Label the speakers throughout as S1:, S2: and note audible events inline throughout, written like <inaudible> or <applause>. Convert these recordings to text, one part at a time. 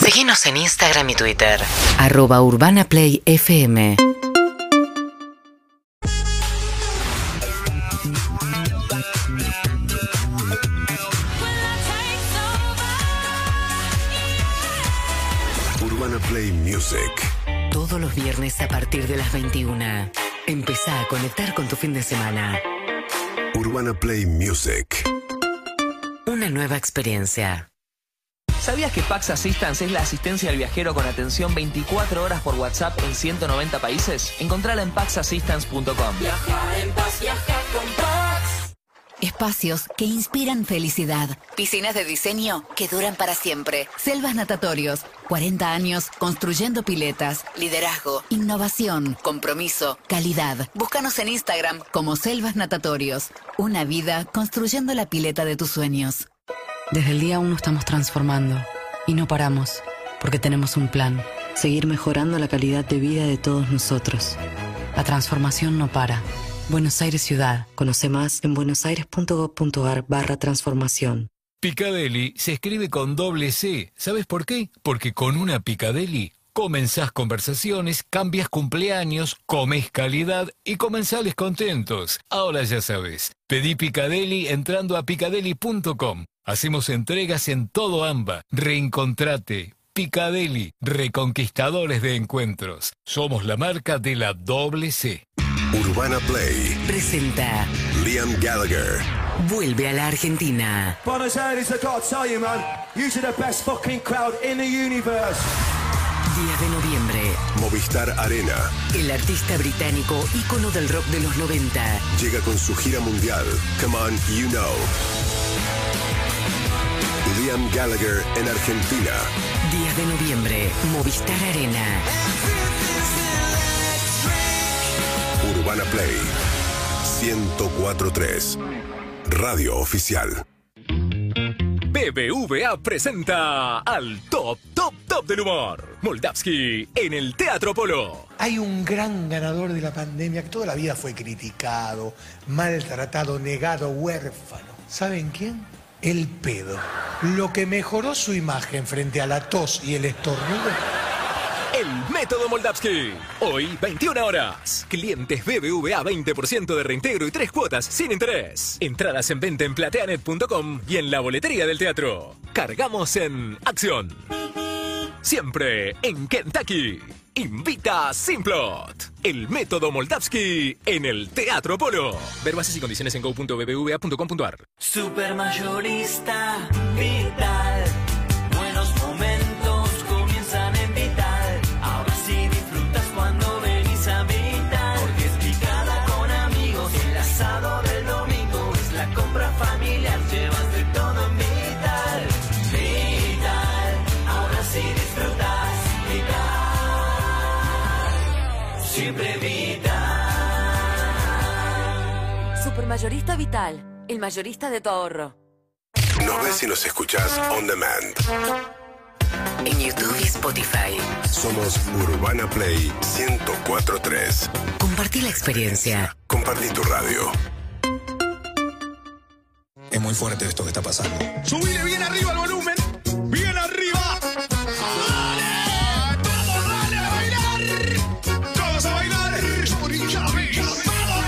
S1: Seguinos en Instagram y Twitter.
S2: Arroba Urbana Play FM.
S3: Urbana Play Music.
S2: Todos los viernes a partir de las 21. Empezá a conectar con tu fin de semana.
S3: Urbana Play Music.
S2: Una nueva experiencia.
S4: ¿Sabías que Pax Assistance es la asistencia al viajero con atención 24 horas por WhatsApp en 190 países? Encontrala en paxassistance.com.
S5: Espacios que inspiran felicidad. Piscinas de diseño que duran para siempre. Selvas natatorios. 40 años construyendo piletas. Liderazgo. Innovación. Compromiso. Calidad. Búscanos en Instagram como Selvas Natatorios. Una vida construyendo la pileta de tus sueños.
S6: Desde el día 1 estamos transformando y no paramos porque tenemos un plan, seguir mejorando la calidad de vida de todos nosotros. La transformación no para. Buenos Aires Ciudad. Conoce más en buenosaires.gov.ar barra transformación.
S7: Picadeli se escribe con doble C. ¿Sabes por qué? Porque con una Picadeli comenzás conversaciones, cambias cumpleaños, comes calidad y comensales contentos. Ahora ya sabes. Pedí Picadeli entrando a picadeli.com. Hacemos entregas en todo AMBA. Reencontrate. Picadeli, reconquistadores de encuentros. Somos la marca de la doble C.
S3: Urbana Play.
S2: Presenta.
S3: Liam Gallagher.
S2: Vuelve a la Argentina.
S8: Buenos Aires, I gotta tell you, man, yous are the best fucking crowd in the universe.
S2: 10 de noviembre.
S3: Movistar Arena.
S2: El artista británico, ícono del rock de los 90.
S3: Llega con su gira mundial. Come on, you know. Liam Gallagher en Argentina.
S2: 10 de noviembre. Movistar Arena.
S3: Urbana Play 1043. Radio oficial.
S9: BBVA presenta al top, top, top del humor. Moldavsky en el Teatro Polo.
S10: Hay un gran ganador de la pandemia que toda la vida fue criticado, maltratado, negado, huérfano. ¿Saben quién? El pedo. Lo que mejoró su imagen frente a la tos y el estornudo.
S9: El método Moldavsky. Hoy, 21 horas. Clientes BBVA 20% de reintegro y tres cuotas sin interés. Entradas en venta en plateanet.com y en la boletería del teatro. Cargamos en acción. Siempre en Kentucky. Invita a Simplot. El método Moldavsky en el Teatro Polo. Ver bases y condiciones en go.bbva.com.ar.
S11: Supermayorista Vital. Buenos momentos comienzan en Vital. Ahora sí disfrutas cuando venís a Vital. Porque es picada con amigos. El asado del domingo es la compra familiar. Llevas de todo en Vital. Vital. Ahora sí disfrutas Vital. Siempre Vital.
S12: Supermayorista Vital, el mayorista de tu ahorro.
S3: Nos ves y nos escuchás on demand.
S2: En YouTube y Spotify.
S3: Somos Urbana Play 1043.
S2: Compartí la experiencia.
S3: Compartí tu radio.
S13: Es muy fuerte esto que está pasando.
S14: Subile bien arriba el volumen. Bien arriba. ¡Dale! ¡Vamos, dale a bailar! ¡Todos a bailar! ¡Vamos,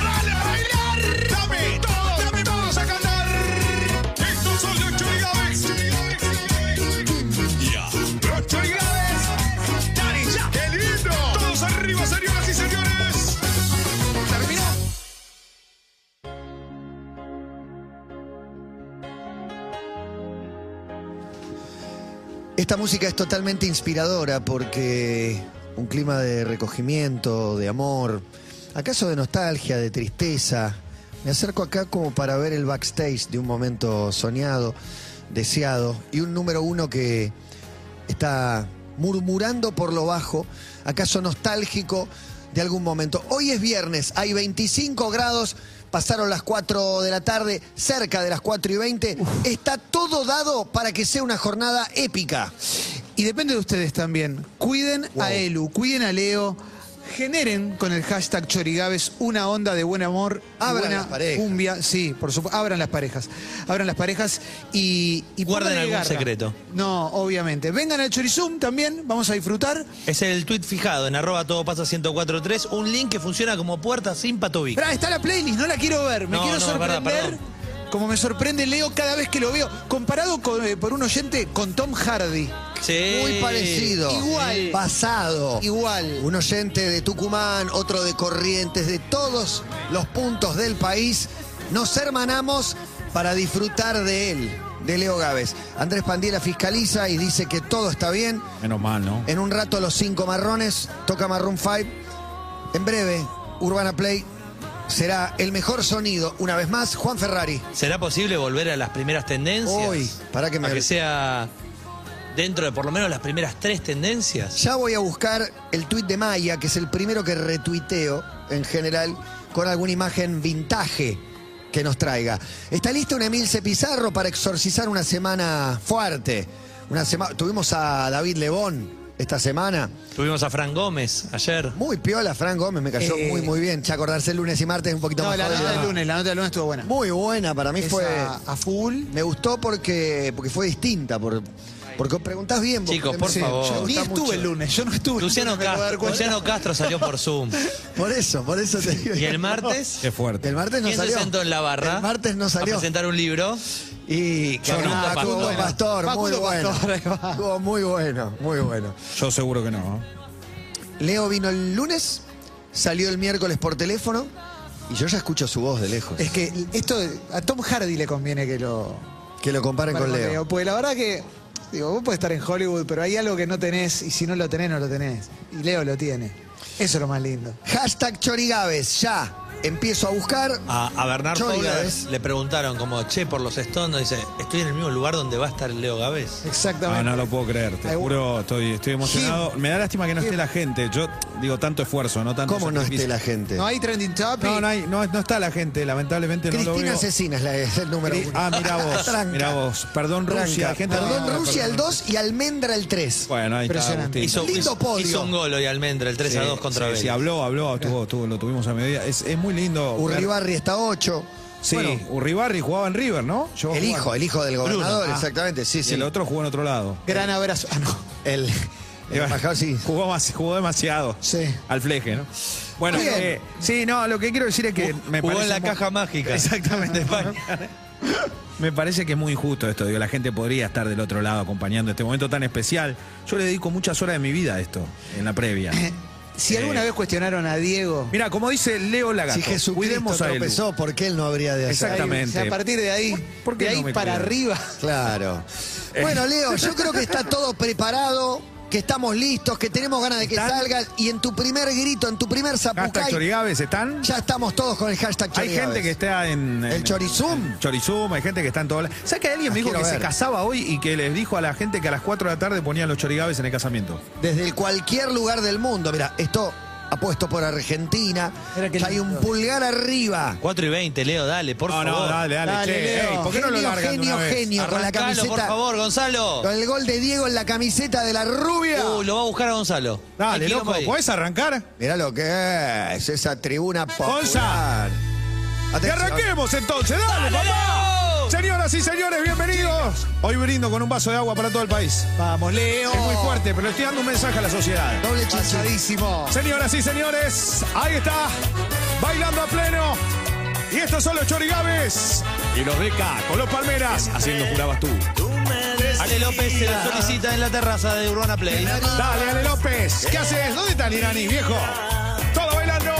S14: dale a bailar! ¡Dame todo! ¡Dame todos a cantar! ¡Estos son los Chorigaves! ¡Ya! ¡Los Chorigaves! ¡Dale ya! ¡Qué lindo! ¡Todos arriba, señoras y señores! ¡Terminó!
S15: Esta música es totalmente inspiradora porque un clima de recogimiento, de amor, acaso de nostalgia, de tristeza. Me acerco acá como para ver el backstage de un momento soñado, deseado, y un número uno que está murmurando por lo bajo, acaso nostálgico de algún momento. Hoy es viernes, hay 25 grados, pasaron las 4 de la tarde, cerca de las 4 y 20. Está todo dado para que sea una jornada épica.
S16: Y depende de ustedes también. Cuiden a Elu, cuiden a Leo. Generen con el hashtag Chorigaves una onda de buen amor, y
S15: Abran
S16: buena
S15: las parejas.
S16: cumbia. Sí, por supuesto. Abran las parejas. Abran las parejas y, y
S10: Guarden
S16: pónganle
S10: algún
S16: garra.
S10: secreto.
S16: No, obviamente. Vengan al Chorizum también, vamos a disfrutar.
S10: Es el tweet fijado en arroba todo pasa 1043, un link que funciona como puerta sin patovic.
S16: Pará, está la playlist, no la quiero ver. Me
S10: No,
S16: quiero
S10: no, es verdad,
S16: sorprender. como me sorprende Leo cada vez que lo veo. Comparado con, eh, por un oyente con Tom Hardy.
S10: Sí.
S15: Muy parecido.
S16: Igual.
S15: Pasado.
S16: Igual.
S15: Un oyente de Tucumán, otro de Corrientes, de todos los puntos del país. Nos hermanamos para disfrutar de él, de Leo Gávez. Andrés Pandiela fiscaliza y dice que todo está bien.
S10: Menos mal, ¿no?
S15: En un rato los cinco marrones, toca Marroon 5. En breve, Urbana Play será el mejor sonido. Una vez más, Juan Ferrari.
S10: ¿Será posible volver a las primeras tendencias?
S15: Uy, para que me-
S10: A que sea dentro de por lo menos las primeras tres tendencias.
S15: Ya voy a buscar el tuit de Maya, que es el primero que retuiteo en general, con alguna imagen vintage que nos traiga. Está lista una Emilce Pizarro para exorcizar una semana fuerte. Una sema- Tuvimos a David Lebón esta semana.
S10: Tuvimos a Fran Gómez ayer.
S15: Muy piola, Fran Gómez, me cayó
S16: Eh.
S15: muy, muy bien. Ya acordarse el lunes y martes es un poquito
S16: No,
S15: más
S16: la
S15: jodido.
S16: nota del lunes, la nota del lunes estuvo buena.
S15: Muy buena, para mí
S16: Esa
S15: fue...
S16: a full.
S15: Me gustó porque, porque fue distinta, por, porque preguntás bien. vos,
S10: Chicos,
S15: porque
S10: por
S15: te-
S10: favor.
S15: me
S16: Ni
S15: gusta
S16: estuve
S15: mucho.
S16: el lunes, yo no estuve.
S10: Luciano,
S16: me acabo de dar
S10: Castro,
S16: cuenta.
S10: Luciano Castro salió por
S16: <laughs>
S10: Zoom.
S15: Por eso, por eso te digo.
S10: ¿Y el martes?
S15: Qué fuerte. El martes no
S10: ¿Quién
S15: salió.
S10: se sentó en la barra?
S15: El martes no
S10: A
S15: salió.
S10: presentar un libro.
S15: Y
S10: Yo no.
S15: Ah, Facundo
S10: Facundo
S15: Pastor,
S16: Facundo
S15: muy bueno.
S16: Pastor, ahí va.
S15: Estuvo muy bueno, muy bueno.
S9: Yo seguro que no.
S15: Leo vino el lunes, salió el miércoles por teléfono y yo ya escucho su voz de lejos.
S16: Es que esto a Tom Hardy le conviene que lo
S15: Que lo comparen con Leo.
S16: Porque pues, la verdad que, digo, vos podés estar en Hollywood, pero hay algo que no tenés y si no lo tenés, no lo tenés. Y Leo lo tiene. Eso es lo más lindo.
S15: Hashtag Chorigaves, ya. Empiezo a buscar.
S10: A, a Bernard
S15: Chori
S10: Fowler
S15: Gávez.
S10: le preguntaron como, che, por los Stones, dice, estoy en el mismo lugar donde va a estar Leo Gávez.
S9: Ah,
S16: Exactamente.
S9: no lo puedo creer, te juro, estoy, estoy emocionado. Me da lástima que no esté la gente. Yo digo tanto esfuerzo, no tanto.
S15: ¿Cómo no esté
S9: sacrificio.
S15: la gente?
S16: No hay trending topic.
S9: No, no, hay- no, no está la gente, lamentablemente no lo
S15: Cristina
S9: veo.
S15: Asesina es, la- es el número
S9: Cri-
S15: uno.
S9: Ah,
S16: <laughs>
S9: mirá vos,
S15: Tranca,
S9: mirá vos. Perdón
S15: tranca.
S9: Rusia, gente
S15: Perdón,
S9: no,
S15: Rusia el
S9: perdón.
S15: 2 y Almendra el 3.
S9: Bueno, ahí está
S15: Impresionante.
S9: Agustín.
S10: Hizo,
S15: Lindo
S10: hizo-
S15: podio.
S10: hizo un gol hoy Almendra, el 3 a 2 contra
S9: sí,
S10: Vélez.
S9: sí, habló, habló, estuvo- estuvo- lo tuvimos a mediodía. Es, es muy lindo. ver-
S15: Urribarri está 8.
S9: Sí, Urribarri jugaba en River, ¿no? Llegó a
S15: El
S9: jugar.
S15: hijo, el hijo del
S9: Bruno.
S15: gobernador,
S9: Ah.
S15: exactamente. Sí,
S9: Y
S15: sí.
S9: el otro jugó en otro lado.
S16: Gran abrazo. Ah, no.
S9: <laughs>
S15: El, el
S9: Eh,
S15: embajador, sí.
S9: Jugó, más, jugó demasiado.
S16: Sí.
S9: Al fleje, ¿no? Bueno,
S15: Bien.
S9: eh, sí, no, lo que quiero decir es que me
S10: Jugó
S9: parece
S10: en la
S9: muy-
S10: caja mágica.
S9: Exactamente.
S10: <laughs> de España.
S9: Me parece que es muy injusto esto, digo, la gente podría estar del otro lado acompañando este momento tan especial. Yo le dedico muchas horas de mi vida a esto, en la previa.
S16: <laughs> Si alguna
S9: Eh,
S16: vez cuestionaron a Diego.
S9: Mira, como dice Leo Lagato,
S15: Si Jesucristo
S9: cuidemos a él.
S15: tropezó, ¿por qué él no habría de hacer?
S9: Exactamente.
S16: o sea, a partir de ahí,
S9: por qué
S16: de
S9: no
S16: ahí
S9: me
S16: para
S9: cuidan?
S16: arriba.
S15: Claro. <laughs> Bueno, Leo, yo creo que está todo preparado, que estamos listos, que tenemos ganas de que
S9: ¿Están?
S15: salgas y en tu primer grito, en tu primer
S9: Hashtag
S15: zapucay,
S9: Chorigaves, ¿están?
S15: ya estamos todos con el hashtag
S9: Hay
S15: Chorigaves.
S9: gente que está en...
S15: El
S9: en-
S15: Chorizum.
S9: en Chorizum, hay gente que está en todo... la- ¿Sabes que alguien me
S15: Las
S9: dijo que
S15: quiero
S9: se
S15: ver.
S9: casaba hoy y que les dijo a la gente que a las 4 de la tarde ponían los chorigaves en el casamiento?
S15: Desde el cualquier lugar del mundo. Mira, esto apuesto por Argentina.
S16: Mira qué
S15: Ya hay un
S16: lindo.
S15: pulgar arriba.
S10: 4 y 20, Leo, dale, Eh, por
S9: no,
S10: favor.
S9: no, dale, dale,
S16: Dale,
S9: che,
S16: Leo.
S9: ey, ¿Por qué no lo
S15: Genio,
S9: largan de
S15: genio,
S9: una vez?
S15: genio, con la
S10: Arrancalo, por
S15: camiseta.
S10: favor, Gonzalo.
S15: Con el gol de Diego en la camiseta de la rubia.
S10: Uh, lo va a buscar a Gonzalo.
S9: Dale,
S10: Ah, Hay quilombo
S9: loco,
S10: ahí.
S9: ¿podés arrancar?
S15: Mirá lo que es esa tribuna popular.
S10: Ah,
S9: Gonza. Y
S15: Atención.
S9: arranquemos entonces, dale,
S10: ¡Dale,
S9: papá.
S10: Leo!
S9: Señoras y señores, bienvenidos. Hoy brindo con un vaso de agua para todo el país.
S16: Vamos, Leo.
S9: Es muy fuerte, pero estoy dando un mensaje a la sociedad.
S15: Doble chinchadísimo.
S16: Pasadísimo.
S9: Señoras y señores, ahí está, bailando a pleno. Y estos son los chorigaves. Y los beca con los palmeras, haciendo jurabas tú.
S10: Ale López se la solicita en la terraza de Urbana Play.
S9: Dale, Ale López, ¿qué haces? ¿Dónde está Nirani, viejo? Todo bailando.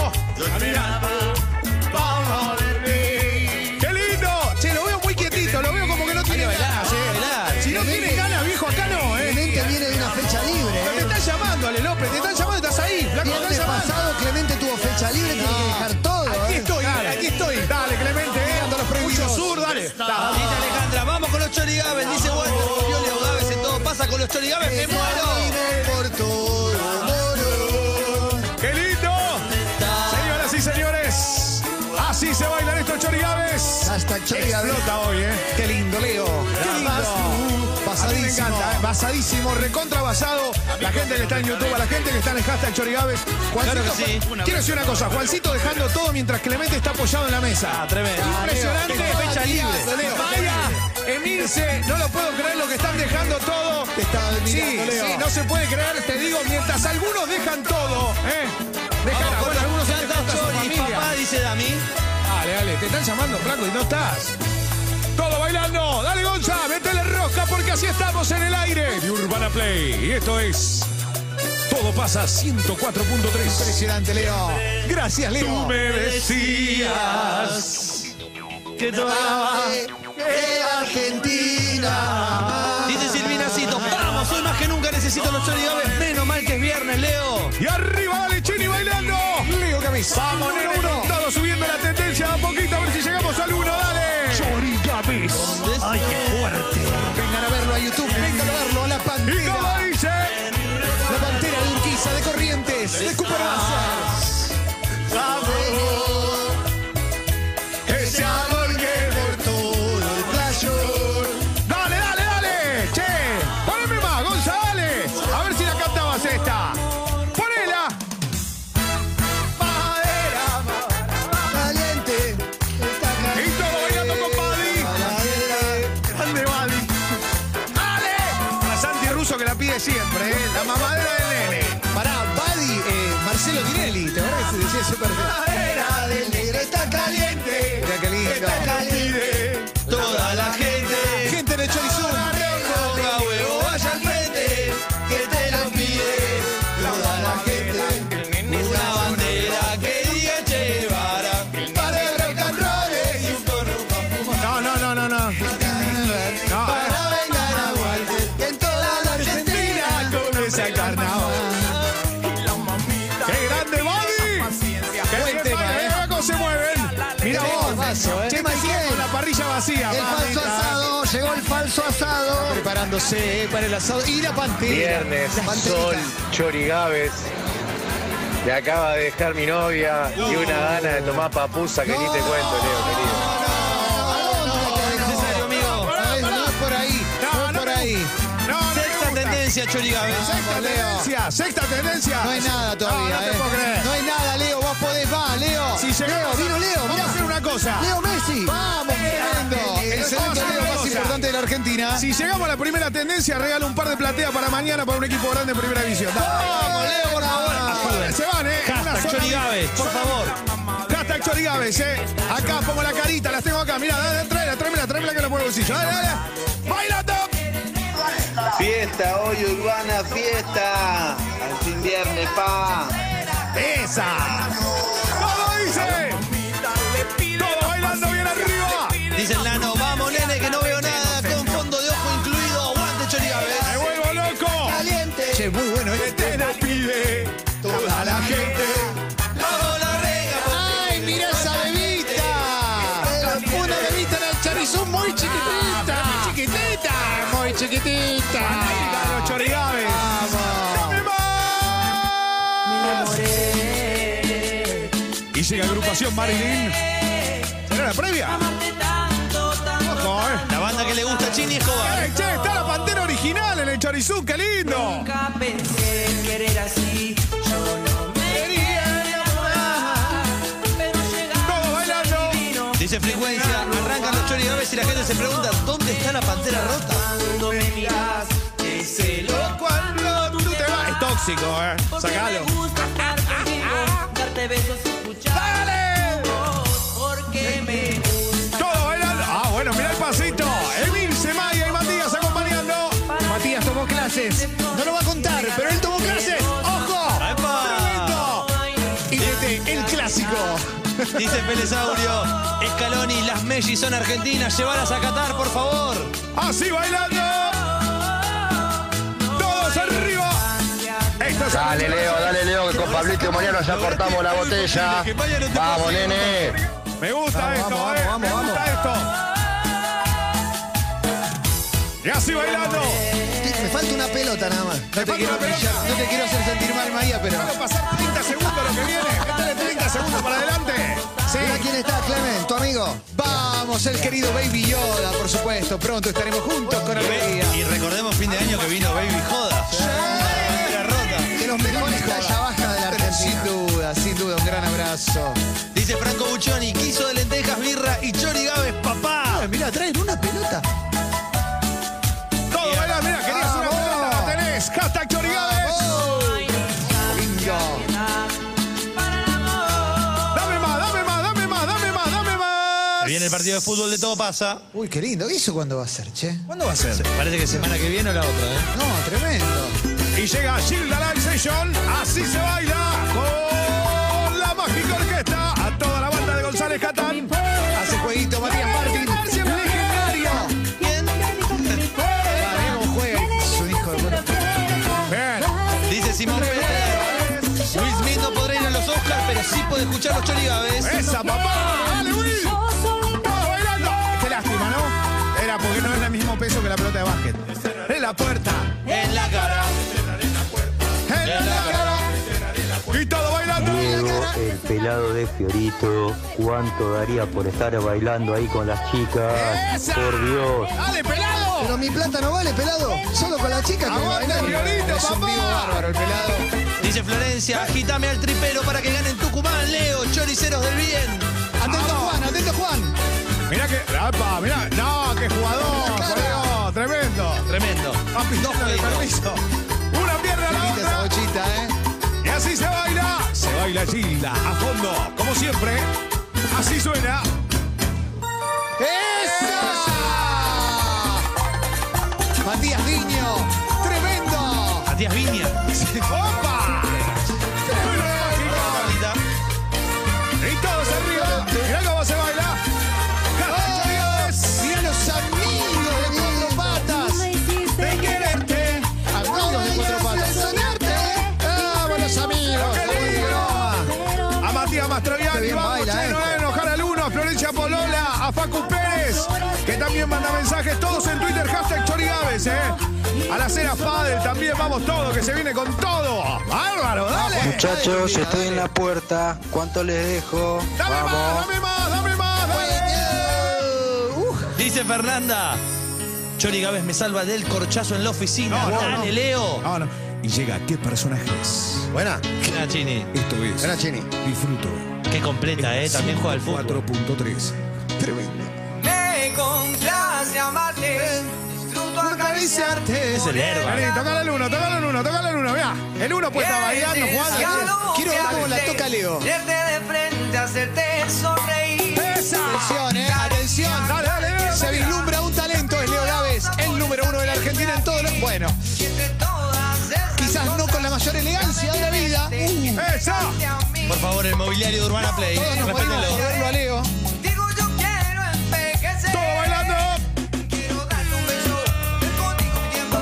S9: ¡Qué lindo! Che, lo veo muy quietito, lo veo como que no tiene ganas, eh.
S10: bailar.
S9: Si no tiene ganas, viejo, acá no, eh.
S15: Clemente viene de una fecha libre.
S9: Pero Te
S15: ¿eh?
S9: están llamando, Ale López, te están llamando, estás ahí, flaco, te están
S15: Viernes
S9: llamando.
S15: pasado Clemente tuvo fecha libre, tiene que dejar todo.
S9: Aquí
S15: ¿eh?
S9: estoy, aquí estoy. Dale, Clemente, eh. Mucho sur, dale.
S10: Dice Alejandra, vamos con los Chorigaves. Dice Walter, volvió Leo Gávez en todo. Pasa con los Chorigaves, me muero.
S15: Vine por todo, Morón.
S9: ¡Qué lindo! Señoras y señores, así se bailan estos chorigaves.
S15: Hashtag Chorigaves.
S9: Explota hoy, eh.
S16: Qué lindo, Leo.
S9: Qué lindo. A mí me encanta, ¿eh? basadísimo, recontra basado. La gente que está en YouTube, a la gente que está en el hashtag Chorigaves. Juancito,
S17: Claro que sí.
S9: Juan- quiero decir una cosa, Juancito dejando todo mientras Clemente está apoyado en la mesa.
S17: tremendo.
S9: Impresionante.
S17: Leo, qué fecha libre.
S9: Leo, Maya, Emilce, no lo puedo creer lo que están dejando todo. sí,
S17: mirando, Leo.
S9: sí, no se puede creer, te digo, mientras algunos dejan todo, ¿eh? Dejan,
S17: Vamos con
S9: bueno,
S17: los
S9: algunos se
S17: chantas,
S9: dejan hasta su
S17: Chori,
S9: familia.
S17: papá, dice Dami.
S9: Dale, dale, te están llamando, Franco, y no estás. Todo bailando, dale Gonza, métele rosca porque así estamos en el aire de Urbana Play. Y esto es Todo pasa 104.3.
S15: Impresionante, Leo.
S9: Gracias, Leo.
S15: Tú me
S17: decías
S9: que
S17: Argentina. Dice Silvinacito, vamos, hoy más que nunca necesito los Johnny Gaves. Menos mal que es viernes, Leo.
S9: Y arriba vale Chini bailando. Leo Camis. Vamos,
S17: Número
S9: número
S17: uno.
S9: uno. Estamos subiendo la tendencia a poquito a ver si llegamos al uno, dale. Chori Camis. Ay, qué fuerte.
S15: Vengan a verlo a YouTube, vengan a verlo a la pantera. La pantera de Urquiza, de Corrientes, de Cuperosa.
S9: Ese amor que por todo el Dale, dale, dale. Che, poneme más, González. A ver si la cantabas esta. Ponela.
S15: Valiente.
S9: Y todo bailando con Badi. Grande Badi. Dale. La Santi Russo que la pide siempre, ¿eh? La mamadera del nene.
S15: Pará, Buddy, eh, Marcelo Tinelli, ¿te acordás que se decía súper
S17: Era del negro está caliente.
S15: Mirá qué lindo.
S17: Está caliente. Toda la gente.
S15: Gente en el Chorizum.
S17: Coca huevo, vaya al frente. Que te lo pide. Toda la gente. Una bandera que diga Che Guevara. Para el rock and roll y un porro pa' fumar.
S9: No, no, no, no, no. No,
S17: Para bailar aguante. En toda la Argentina con ese carnaval.
S9: ¡Qué grande Badi! ¡Qué
S15: Buen
S9: bien,
S15: tema,
S9: Badi!
S15: eh.
S9: Mirá cómo se mueven! Mira
S15: Qué
S9: vos,
S15: temazo, eh.
S9: Che, te quedas con la parrilla vacía.
S15: El falso
S9: mamita.
S15: asado, llegó el falso asado. Preparándose eh, para el asado y la pantera.
S18: Viernes,
S15: La panterita.
S18: sol, chorigaves. Me acaba de dejar mi novia y una gana de tomar papusa que ni te cuento, Leo, querido.
S17: necesario, amigo.
S15: ¿Sabés? No es por ahí, no es por ahí.
S9: No, no me
S17: Sexta
S9: gusta.
S17: tendencia, Chorigabe.
S9: Sexta
S15: Leo.
S9: tendencia, sexta tendencia.
S15: No hay nada
S9: No,
S15: todavía.
S9: no te
S15: eh.
S9: puedo creer.
S15: No hay nada, Leo. Vos podés, va, Leo.
S9: Si llegamos
S15: Leo,
S9: a-
S15: vino Leo.
S9: Vamos
S15: mirá.
S9: a hacer una cosa.
S15: Leo Messi. Vamos, tremendo.
S9: Eh,
S15: El
S9: vamos
S15: segundo
S9: a hacer
S15: Leo
S9: una
S15: más
S9: cosa.
S15: importante de la Argentina.
S9: Si llegamos a la primera tendencia, regalo un par de plateas para mañana para un equipo grande en primera división. Vamos,
S17: Leo, por favor.
S9: Joder, Se van, ¿eh? Una
S17: Hashtag
S9: sola-
S17: Chorigabe, por
S9: sola-
S17: favor.
S9: Hashtag Chorigaves, ¿eh? Acá pongo la carita, las tengo acá. Mirá, dale, tráemela, tráemela, tráemela que la pongo en el bolsillo. Dale, dale. ¡Bailando!
S18: Fiesta hoy, urbana fiesta. Al fin viernes, pa.
S9: ¡Esa! ¡Todo dice! ¡Todo bailando bien arriba!
S17: Dice el nano, vamos nene que no veo nada, con fondo de ojo incluido, aguante
S9: ¡Me
S17: Chorigabe.
S9: vuelvo loco!
S17: Caliente,
S15: Che, muy bueno
S9: ¡Que
S15: este.
S9: te la pide toda la gente!
S17: vamos la rega.
S15: ¡Ay, mirá esa bebita! Una bebita en el Charizón muy chiquitita.
S9: Ah,
S15: Muy chiquitita. Muy chiquitita.
S9: ¡Los Chorigaves!
S15: Vamos.
S9: Y llega agrupación Marilyn. ¿Será la previa? Ojo, eh.
S17: La banda que le gusta a Chini Escobar.
S9: Eh, che, está la pantera original en el Chorizú, qué lindo.
S11: pensé querer así. Yo no me quería enamorar, pero
S9: Todo bailando.
S17: Dice frecuencia, arrancan los Chorigaves y la gente se pregunta, ¿dónde está la pantera rota?
S11: llegando me miras, ese loco
S9: Cuando tú te vas. Es tóxico, eh.
S11: porque
S9: Sacalo.
S11: me gusta estar contigo, darte besos, escuchar
S9: ¡Dale!
S11: tu voz, porque me gusta
S9: Todo bailando. Ah, bueno, mirá el pasito. Emilce, Maya y Matías acompañando.
S15: Matías tomó clases. No lo va a contar, pero él tomó clases. ¡Ojo!
S17: ¡Epa!
S15: Y este, el clásico.
S17: Dice Pelesaurio, Scaloni, las Messi son argentinas, llévalas a Qatar, por favor.
S9: Así bailando. Todos arriba. Esto es
S18: Dale, Leo, dale, Leo, que con Pablito y Mariano ya cortamos la botella. Vamos, nene.
S9: Me gusta
S15: Vamos,
S9: esto,
S15: vamos,
S9: eh.
S15: vamos,
S9: Me
S15: vamos.
S9: gusta esto. Y así bailando.
S15: Me falta una pelota nada más. No te
S9: falta
S15: quiero
S9: una pelota.
S15: brillar, no te quiero hacer sentir mal, María, pero.
S9: Vamos a pasar 30 segundos lo que viene. Métele 30 segundos para adelante.
S16: Sí. quién está, Clemen, tu amigo.
S15: Vamos, el querido Baby Yoda, por supuesto. Pronto estaremos juntos con alegría.
S4: Y recordemos fin de año que vino Baby Joda.
S15: De los mejores talla baja de la Argentina. Sin duda, sin duda, un gran abrazo.
S4: Dice Franco Buccioni, quiso de lentejas, birra y Chori Gávez, papá.
S15: Mira, traen una pelota.
S9: Todo, baila, mira, querías una pelota, la tenés. Hashtag Chori Gávez. Dame más, dame más, dame más, dame más, dame más.
S4: Viene el partido de fútbol de todo pasa.
S15: Uy, qué lindo. ¿Y eso cuándo va a ser, che?
S4: ¿Cuándo va a ser? Parece que semana que viene o la otra, ¿eh?
S15: No, tremendo.
S9: Y llega Gilda Live Session. Así se baila con la mágica orquesta. A toda la banda de González Catán.
S15: Hace jueguito Matías Martín. Legendario. Ah, mirá cómo juega. Es un hijo de puta.
S4: Dice Simón Pérez. Will Smith no podrá ir a los Oscars, pero sí puede escuchar los Chori Gávez.
S9: ¡Esa, papá! ¡Dale, Will! ¡Todos bailando! Qué lástima, ¿no? Era porque no era el mismo peso que la pelota de básquet. En la puerta.
S4: En la cara.
S9: En la cara. Y todo bailando.
S19: el pelado este de Fiorito, cuánto daría por estar bailando ahí con las chicas.
S9: ¡Esa!
S19: Por Dios.
S9: ¡Dale, pelado!
S16: Pero mi plata no vale, pelado. Solo con la chica que va a
S9: ¡Aguante,
S16: bailar.
S9: Fiorito,
S15: Es un vivo
S9: papá!
S15: bárbaro el pelado.
S4: Dice Florencia, agitame al tripero para que ganen Tucumán, Leo, choriceros del bien.
S15: Atento Juan, atento Juan.
S9: Mirá que. ¡Apa! Mirá. ¡No! ¡Qué jugador! por Dios, ¡Tremendo!
S4: Tremendo.
S9: Papi,
S15: Dos
S9: dame
S15: pelitos.
S9: permiso. Una pierna a la
S15: Quita esa
S9: otra.
S15: bochita, ¿eh?
S9: Y así se baila. Se baila Gilda. A fondo. Como siempre. Así suena.
S15: ¡Esa! Matías Diño. ¡Tremendo!
S4: Matías Viña.
S9: ¡Opa! Bueno, mágico. Y todos arriba. Mirá cómo se baila. Hashtag Chorigaves.
S15: Mirá los amigos de Cuatro Patas.
S9: De quererte.
S15: Amigos de Cuatro Patas. ¡Vamos los amigos!
S9: ¡Qué lindo! A Matías
S15: Qué
S9: Mastroianni,
S15: bien
S9: vamos,
S15: baila,
S9: che,
S15: eh.
S9: no va a enojar al uno, a Florencia Polola, a Facu Pérez, que también manda mensajes, todos en Twitter, hashtag Chorigaves, eh. A la cena Fadel también, vamos todo, que se viene con todo. ¡Bárbaro, dale!
S15: Muchachos, estoy en la
S19: puerta. ¿Cuánto les dejo?
S9: ¡Dame más, dame más, dame más, dale!
S4: Dice Fernanda, Chori Gávez me salva del corchazo en la oficina.
S9: No, no,
S4: Dale,
S9: no.
S4: Leo.
S9: No, no. Y llega, ¿qué personajes?
S16: Buena,
S4: Mira, Chini,
S9: Esto es,
S16: buena, Chini.
S9: disfruto.
S4: qué completa, ¿eh? También juega al fútbol.
S9: 4.3. Tremendo.
S11: Me complace amarte, disfruto acariciarte.
S4: Es el herba.
S9: Vení, tocale el uno, tocale el uno, tocale el uno, mirá. El uno pues está bailando, jugando.
S15: Quiero ver cómo la toca Leo.
S11: Verte de frente, hacerte sonreír.
S15: Atención, eh, atención.
S9: Dale, dale, dale.
S15: Se vislumbra un talento, es Leo Gávez, el número uno de la Argentina en todo lo. Bueno,
S11: Entre todas esas
S15: quizás no con la mayor elegancia de la vida. Uh,
S9: ¡Eso!
S4: Por favor, el mobiliario de Urbana Play.
S15: todos nos podemos
S4: Respétenlo.
S15: verlo a Leo.
S11: Digo yo quiero envejecer.
S9: ¡Todo bailando!
S11: Quiero darle un beso. Ven conmigo mi tiempo.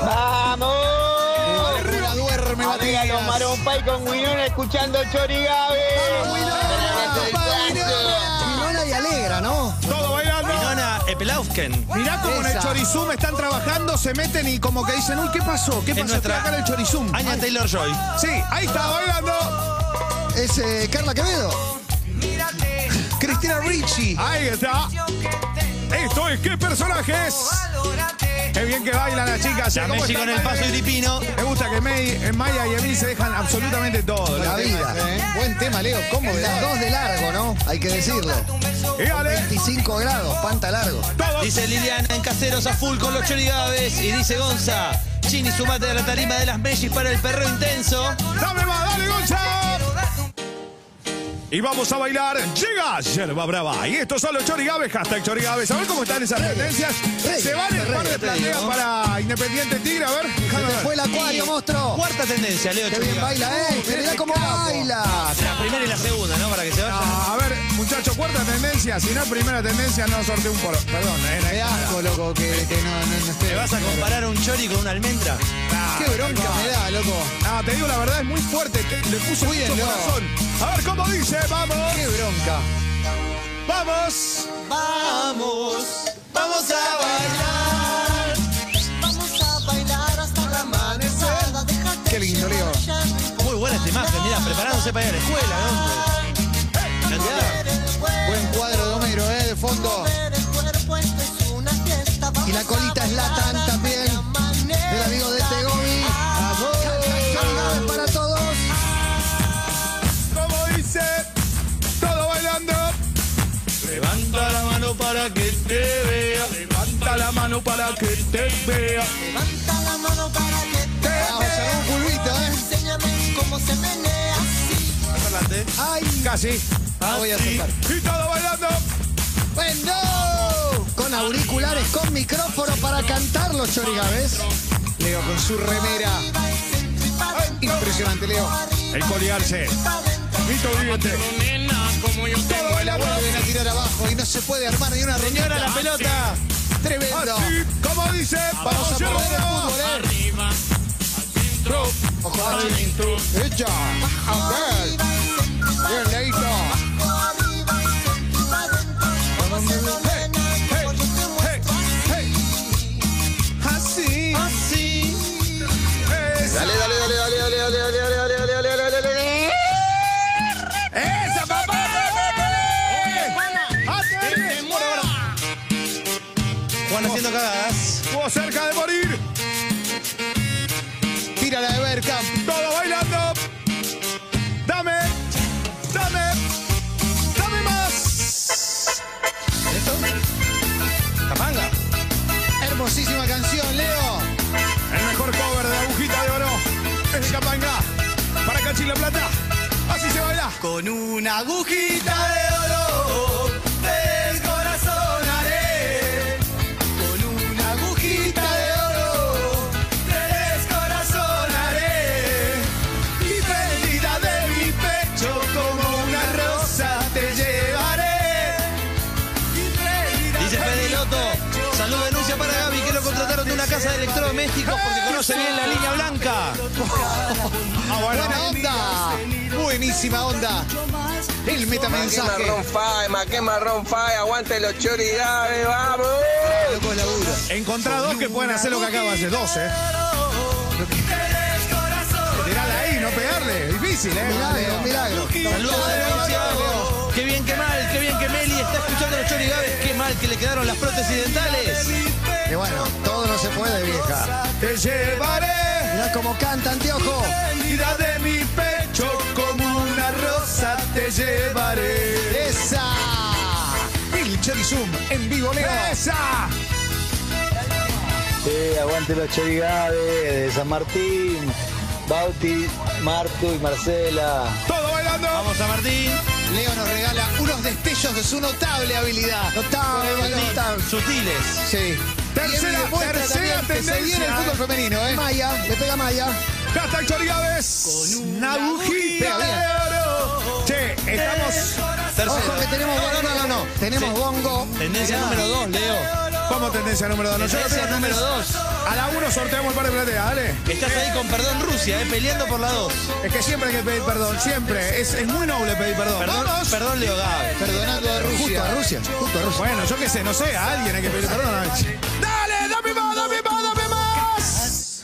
S15: Arriba duerme, Matías.
S19: Marompay con Winona escuchando Chori
S16: Milona y Alegra, ¿no?
S9: ¡Todo bailando!
S4: Nona Epelausken.
S9: Mirá cómo en el
S15: Esa.
S9: chorizum están trabajando, se meten y como que dicen, uy, ¿qué pasó? ¿Qué
S4: Es
S9: pasó?
S4: nuestra-
S9: Acá en el chorizum.
S4: Aña Taylor Joy.
S9: Sí, ahí está bailando.
S16: Es eh, Carla Quevedo.
S11: Mírate.
S15: Cristina Ricci.
S9: Ahí está. Esto es qué personajes.
S11: Valórate.
S9: Qué bien que bailan las chicas. ¿eh?
S4: La
S9: ¿Cómo
S4: Messi
S9: están?
S4: con el paso gripino.
S9: Me gusta que May, eh, Maya y Emil se dejan absolutamente todo.
S16: La
S9: ¿no?
S16: vida.
S15: Buen tema, Leo. ¿Cómo
S16: Las dos de largo, ¿no? Hay que decirlo.
S9: Y dale,
S16: 25 grados, panta largo.
S9: todos.
S4: Dice Liliana en Caseros a full con los Chori Gávez. Y dice Gonza, Chini, sumate a la tarima de las Messi para el perro intenso.
S9: Dame más, dale, Gonza. Y vamos a bailar. Llega Yerba Brava. Y estos son los Chorigaves. Hashtag Chorigaves. A ver cómo están esas tendencias. Se van el par de plateas para Independiente Tigre. A ver. déjame ver.
S16: Fue el acuario,
S4: Y
S16: monstruo.
S4: Cuarta tendencia, Leo
S16: Qué
S4: Chori
S16: bien
S4: Gávez.
S16: baila, ¿eh? Mirá cómo baila.
S4: La primera y la segunda, ¿no? Para que se vayan.
S9: Ah, A ver, muchachos, cuarta tendencia. Si no, primera tendencia, no sorteo un poro. Perdón,
S15: Qué
S9: eh,
S15: asco, loco, que, que no, no, no esté.
S4: ¿Me vas a comparar un Chori con una almendra?
S15: Qué bronca me da, loco.
S9: Ah, te digo la verdad, es muy fuerte. te- le puso mucho
S15: Cuídenlo.
S9: corazón. A ver cómo dice. Vamos,
S15: Qué bronca.
S9: vamos.
S4: Vamos, vamos a bailar.
S15: Qué lindo, Leo.
S4: Muy buena esta imagen, mira, preparándose para ir a la escuela, ¿no?
S9: Ey,
S15: Buen cuadro de Homero, ¿eh? De fondo. Y la colita es Latan también. Del amigo de Tegomi. Felicidades para todos.
S9: Como dice, todo bailando. Levanta la mano para que te vea. Levanta la mano para que te vea.
S14: Levanta la mano para que te vea. un pulvito, ¿eh? Enséñame cómo se menea así.
S15: Ay,
S9: Casi.
S15: la voy a soltar.
S9: Y todo bailando.
S15: Bueno. Con auriculares, con micrófono para cantar los chorigabes. Leo con su remera. Ay, Impresionante, Leo.
S9: El colgarse. Mito brillante.
S15: Todo bailando. Vuelven a tirar abajo y no se puede armar ni una
S9: Señora,
S15: rondita.
S9: la pelota.
S15: Tremendo.
S9: Así, como dice,
S15: Vamos a
S9: vamos a
S15: mover el fútbol, ¿eh?
S9: Arriba, adentro,
S15: Ojo, Ella. A ver. Bien, Leito.
S9: Así. Así.
S17: Dale, dale, dale, dale, dale, dale, dale, dale, dale, dale, dale, dale, dale.
S9: ¡Esa, papá! ¡Hazte!
S4: Juan haciendo cagadas.
S9: Estuvo cerca de morir.
S15: Tírala de Bergkamp.
S9: Todo bailando. Dame, dame, dame más.
S15: ¿Esto?
S4: Capanga.
S15: Hermosísima canción, Leo.
S9: El mejor cover de agujita de oro es de Capanga. Para Cachi La Plata. Así se baila.
S14: Con una agujita de oro del corazón haré. Con una agujita de oro del corazón haré. Y prendida de mi pecho como una rosa te llevaré. Y prendida
S4: Dice
S14: de
S4: Fede
S14: mi
S4: Loto. Salud denuncia para Gaby que lo contrataron de una casa de electrodomésticos porque conoce bien la línea
S14: <laughs>
S4: blanca.
S14: Ah,
S15: Buena onda. Buenísima onda. El
S19: Maquema
S15: metamensaje.
S19: Ron Fai, Maquema Ron Fai, aguante los chorigaves, vamos.
S9: Encontrá dos que pueden hacer lo que acaba de hacer. Dos, eh. Tirala ahí, no pegarle. Difícil, eh.
S15: Milagro, milagro.
S4: Saludos denuncia. Qué bien que mal, qué bien que Meli está escuchando los chorigaves. Qué mal que le quedaron las prótesis dentales.
S15: Y bueno, todo no se puede, vieja.
S9: Te llevaré.
S15: Mirá cómo canta Antiojo.
S9: Prendida de mi pecho como una rosa te llevaré.
S15: ¡Esa! El Chorizum en vivo, Leo.
S9: ¡Esa!
S19: Sí, aguante los chorigaves de San Martín, Bauti, Marco y Marcela.
S9: Todo bailando.
S4: Vamos a Martín.
S15: Leo nos regala unos destellos de su notable habilidad. Notable, notable.
S4: Sutiles.
S15: Sí.
S9: Tercera-
S15: Y en vuelta
S9: tercera
S15: también, que Se viene el
S9: tendencia.
S15: fútbol femenino, ¿eh? Maya, le pega Maya.
S9: Hashtag Chorigaves. Con una agujita
S15: agujita
S9: de oro. Che, estamos. Este
S15: Ojo que tenemos bongo. No, no, no. Tenemos bongo.
S4: Tendencia número 2, Leo.
S9: Como tendencia número 2.
S4: Tendencia número 2.
S9: A la 1 sorteamos el par de platea, dale.
S4: Estás ahí con perdón Rusia, eh, peleando por la 2.
S9: Es que siempre hay que pedir perdón, siempre. Es, es muy noble pedir perdón.
S4: Perdón,
S9: Vamos.
S4: perdón Leo Gabe.
S15: Perdonando a Rusia. Justo a Rusia. Justo a Rusia.
S9: Bueno, yo qué sé, no sé, a alguien hay que pedir perdón. a alguien. ¡Dale, dame más, dame más, dame más!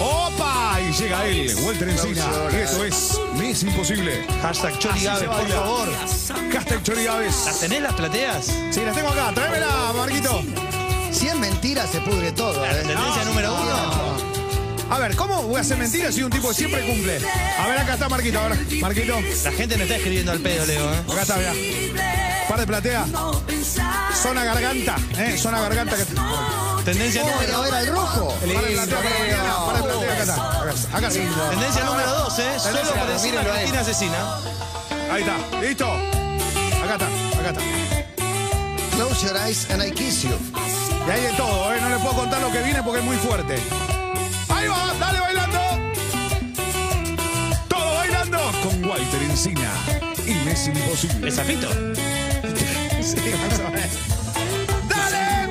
S9: ¡Opa! Y llega él, Walter Encina. Y esto es Me es imposible.
S4: Hashtag Chori
S9: Así
S4: Gabe,
S9: se
S4: por
S9: baila.
S4: favor.
S9: Hashtag Chori
S4: ¿Las
S9: Gaves.
S4: tenés las plateas?
S9: Sí, las tengo acá. Tráemela, Marquito.
S15: Si es mentira, se pudre todo. ¿eh?
S4: Tendencia número 1.
S9: A ver, ¿cómo voy a hacer mentiras si un tipo que siempre cumple? A ver, acá está Marquito. A ver, Marquito.
S4: La gente no está escribiendo al pedo, Leo. eh.
S9: Acá está, mirá. Par de platea. Zona garganta. Eh, zona garganta. Que...
S4: Tendencia número
S15: Pero era el rojo.
S9: Par de platea, par de platea, par de platea, acá está. Acá está. Acá sí.
S4: Tendencia número 2, ¿eh? Solo por encima de Cristina Asesina.
S9: Ahí está, listo. Acá está, acá está.
S15: Close your eyes and I kiss you.
S9: Y hay de todo, ¿eh? No les puedo contar lo que viene porque es muy fuerte. Ahí va, dale bailando. Todo bailando con Walter Encina. Y me es imposible.
S4: ¿Es Zapito?
S9: Sí, más o menos. ¡Dale!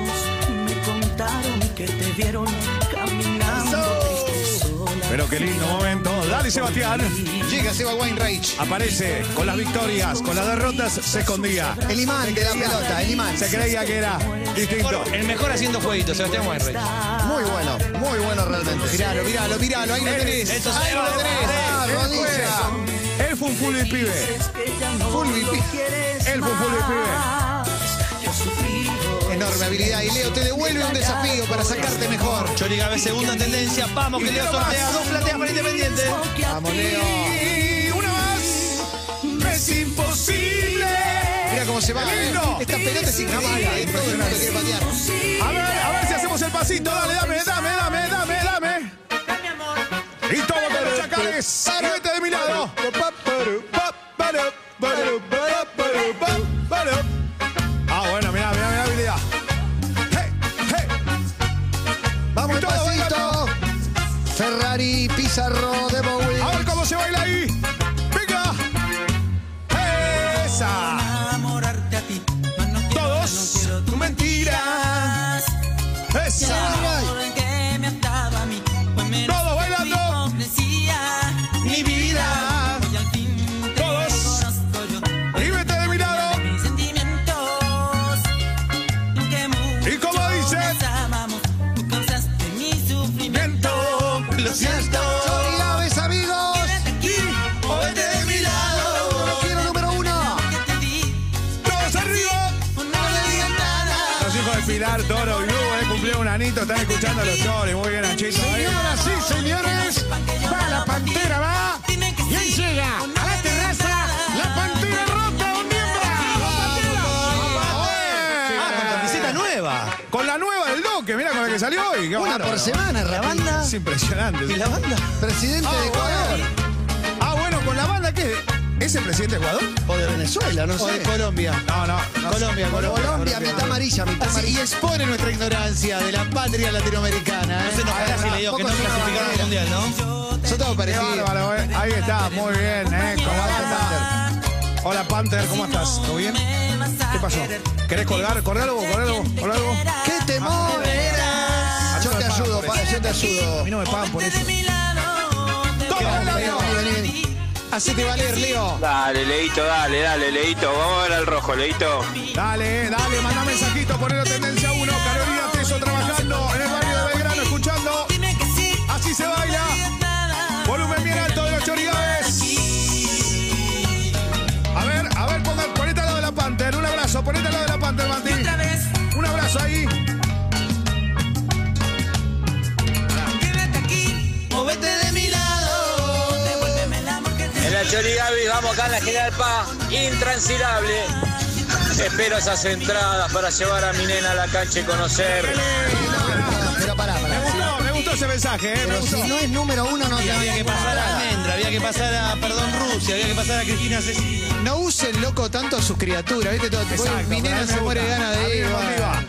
S11: Me contaron que te vieron caminando triste y sola.
S9: Pero qué lindo momento. Dale, Sebastián.
S15: Llega Seba Wainwright.
S9: Aparece con las victorias, con las derrotas se escondía.
S15: El imán de la pelota, el imán.
S9: Se creía que era distinto.
S4: El mejor haciendo jueguitos, Sebastián Wainwright.
S15: Muy bueno, muy bueno realmente. Míralo, míralo, míralo. Ahí lo tenés.
S4: Eh, Esto es
S15: Ahí lo
S4: Seba.
S15: tenés. Ah,
S9: Eso es.
S15: rodilla.
S9: El funful del pibe.
S15: Fulvi Pibe.
S9: El Fulvi
S15: Pibe. Enorme habilidad. Y Leo te devuelve un desafío para sacarte mejor.
S4: Chori Gabe, segunda tendencia. Vamos, que Leo sortea dos plateas para Independiente.
S15: Vamos, Leo.
S9: Una más.
S14: Es imposible.
S15: Mira cómo se va. ¿eh? Esta pelota es increíble. ¿eh? Todo el mundo quiere patear.
S9: A ver, a ver si hacemos el pasito. Dale, dame, dame, dame, dame, dame. Y tomo con los chacales. Y vete de mi lado. Ah, bueno, mirá, mirá, mirá, habilidad.
S15: Vamos, el pasito. Ferrari, Pizarro, de Bowie.
S9: A ver cómo se baila ahí. Venga. Esa.
S11: Enamorarte a ti,
S9: Todos.
S11: tu mentira.
S9: Esa.
S11: que me ataba a mí, hoy me
S9: Todos
S11: nace mi
S9: bailando.
S11: hipocresía.
S9: Mi vida.
S11: Hoy al fin te
S9: Todos.
S11: reconozco yo,
S9: Y vete de mi lado.
S11: mis
S9: Ah.
S11: sentimientos. Que mucho
S9: ¿Y cómo dice?
S11: nos amamos, tú causaste mi sufrimiento.
S4: Lo siento.
S15: Chori Gaves, amigos.
S11: Quédate aquí,
S4: o vete de mi lado.
S15: Lo quiero número uno.
S11: que te di,
S9: Todos arriba.
S11: no le digas nada.
S9: Los hijos de Pilar, Toro y Lu, eh, cumplió un anito. Están escuchando los chores. Muy bien, Nachito. ahí.
S15: Señoras y señores, va la pantera, va. Y ahí llega a la terraza la pantera rota un
S4: Ah,
S9: eh.
S4: con camiseta nueva.
S9: Con la nueva del Doque, mira con la que salió hoy. qué
S15: Una
S9: bárbaro.
S15: por semana,
S16: La
S15: rapaz.
S16: banda,
S9: Es impresionante.
S4: ¿Y la banda?
S16: presidente de Ecuador.
S9: Ah, bueno, con la banda, ¿qué? ¿Es el presidente de Ecuador?
S16: O de Venezuela, no
S15: O de
S16: sé.
S15: Colombia.
S9: No, no. no
S15: Colombia, Colombia.
S16: Colombia, mitad amarilla, mitad
S15: Así, y
S16: amarilla.
S15: expone nuestra ignorancia de la patria latinoamericana. ¿eh?
S4: No se enojará si le digo que no
S15: Tampoco es una
S4: clasificaron al
S15: bandera.
S4: mundial, ¿no?
S15: Son todos
S9: Qué
S15: parecidos.
S9: bárbaro, eh. Ahí está, muy bien, eh. ¿Cómo andas, Panther? Hola, Panther, ¿cómo estás? ¿Todo bien? ¿Qué pasó? ¿Querés colgar? ¿Corralo vos, corralo vos, corralo vos.
S15: ¡Qué temor eras!
S16: Yo te ayudo, pa, yo te ayudo.
S9: A mí no me pagan por eso.
S15: Vení,
S9: ¡Toma, Leo!
S15: vení, vení, vení. Hacete valer, Leo.
S18: Dale, Leito, dale, dale, Leito. Vamos a ver al rojo, Leito.
S9: Dale, eh, dale, mandá mensajito, ponelo tendencia 1. Carolina Teso trabajando en el barrio de Belgrano, escuchando. Así se baila. Volumen bien alto de los chorigaves. A ver, a ver, ponga, ponete al lado de la Panther. Un abrazo, ponete al lado de la Panther, Mati. Un abrazo ahí.
S4: O vete de mi lado.
S18: En la Chori Gaby, vamos acá en la General Paz, intransitable. Espero esas entradas para llevar a mi nena a la cancha y conocer.
S15: Pero pará,
S9: Me
S15: pará.
S9: gustó, me gustó ese mensaje, eh. Me
S15: Pero
S9: gustó.
S15: si no es número uno, no
S4: Y
S15: te
S4: había que pasar a Almendra, había que pasar a, perdón, Rusia, había que pasar a Cristina Asesina.
S15: No usen loco tanto a sus criaturas, ¿viste? Todo,
S9: Exacto, pero
S15: mi
S9: a
S15: nena
S9: mí me
S15: se muere de
S9: gusta.
S15: ganas
S9: A mí
S15: de ir.
S9: me motiva.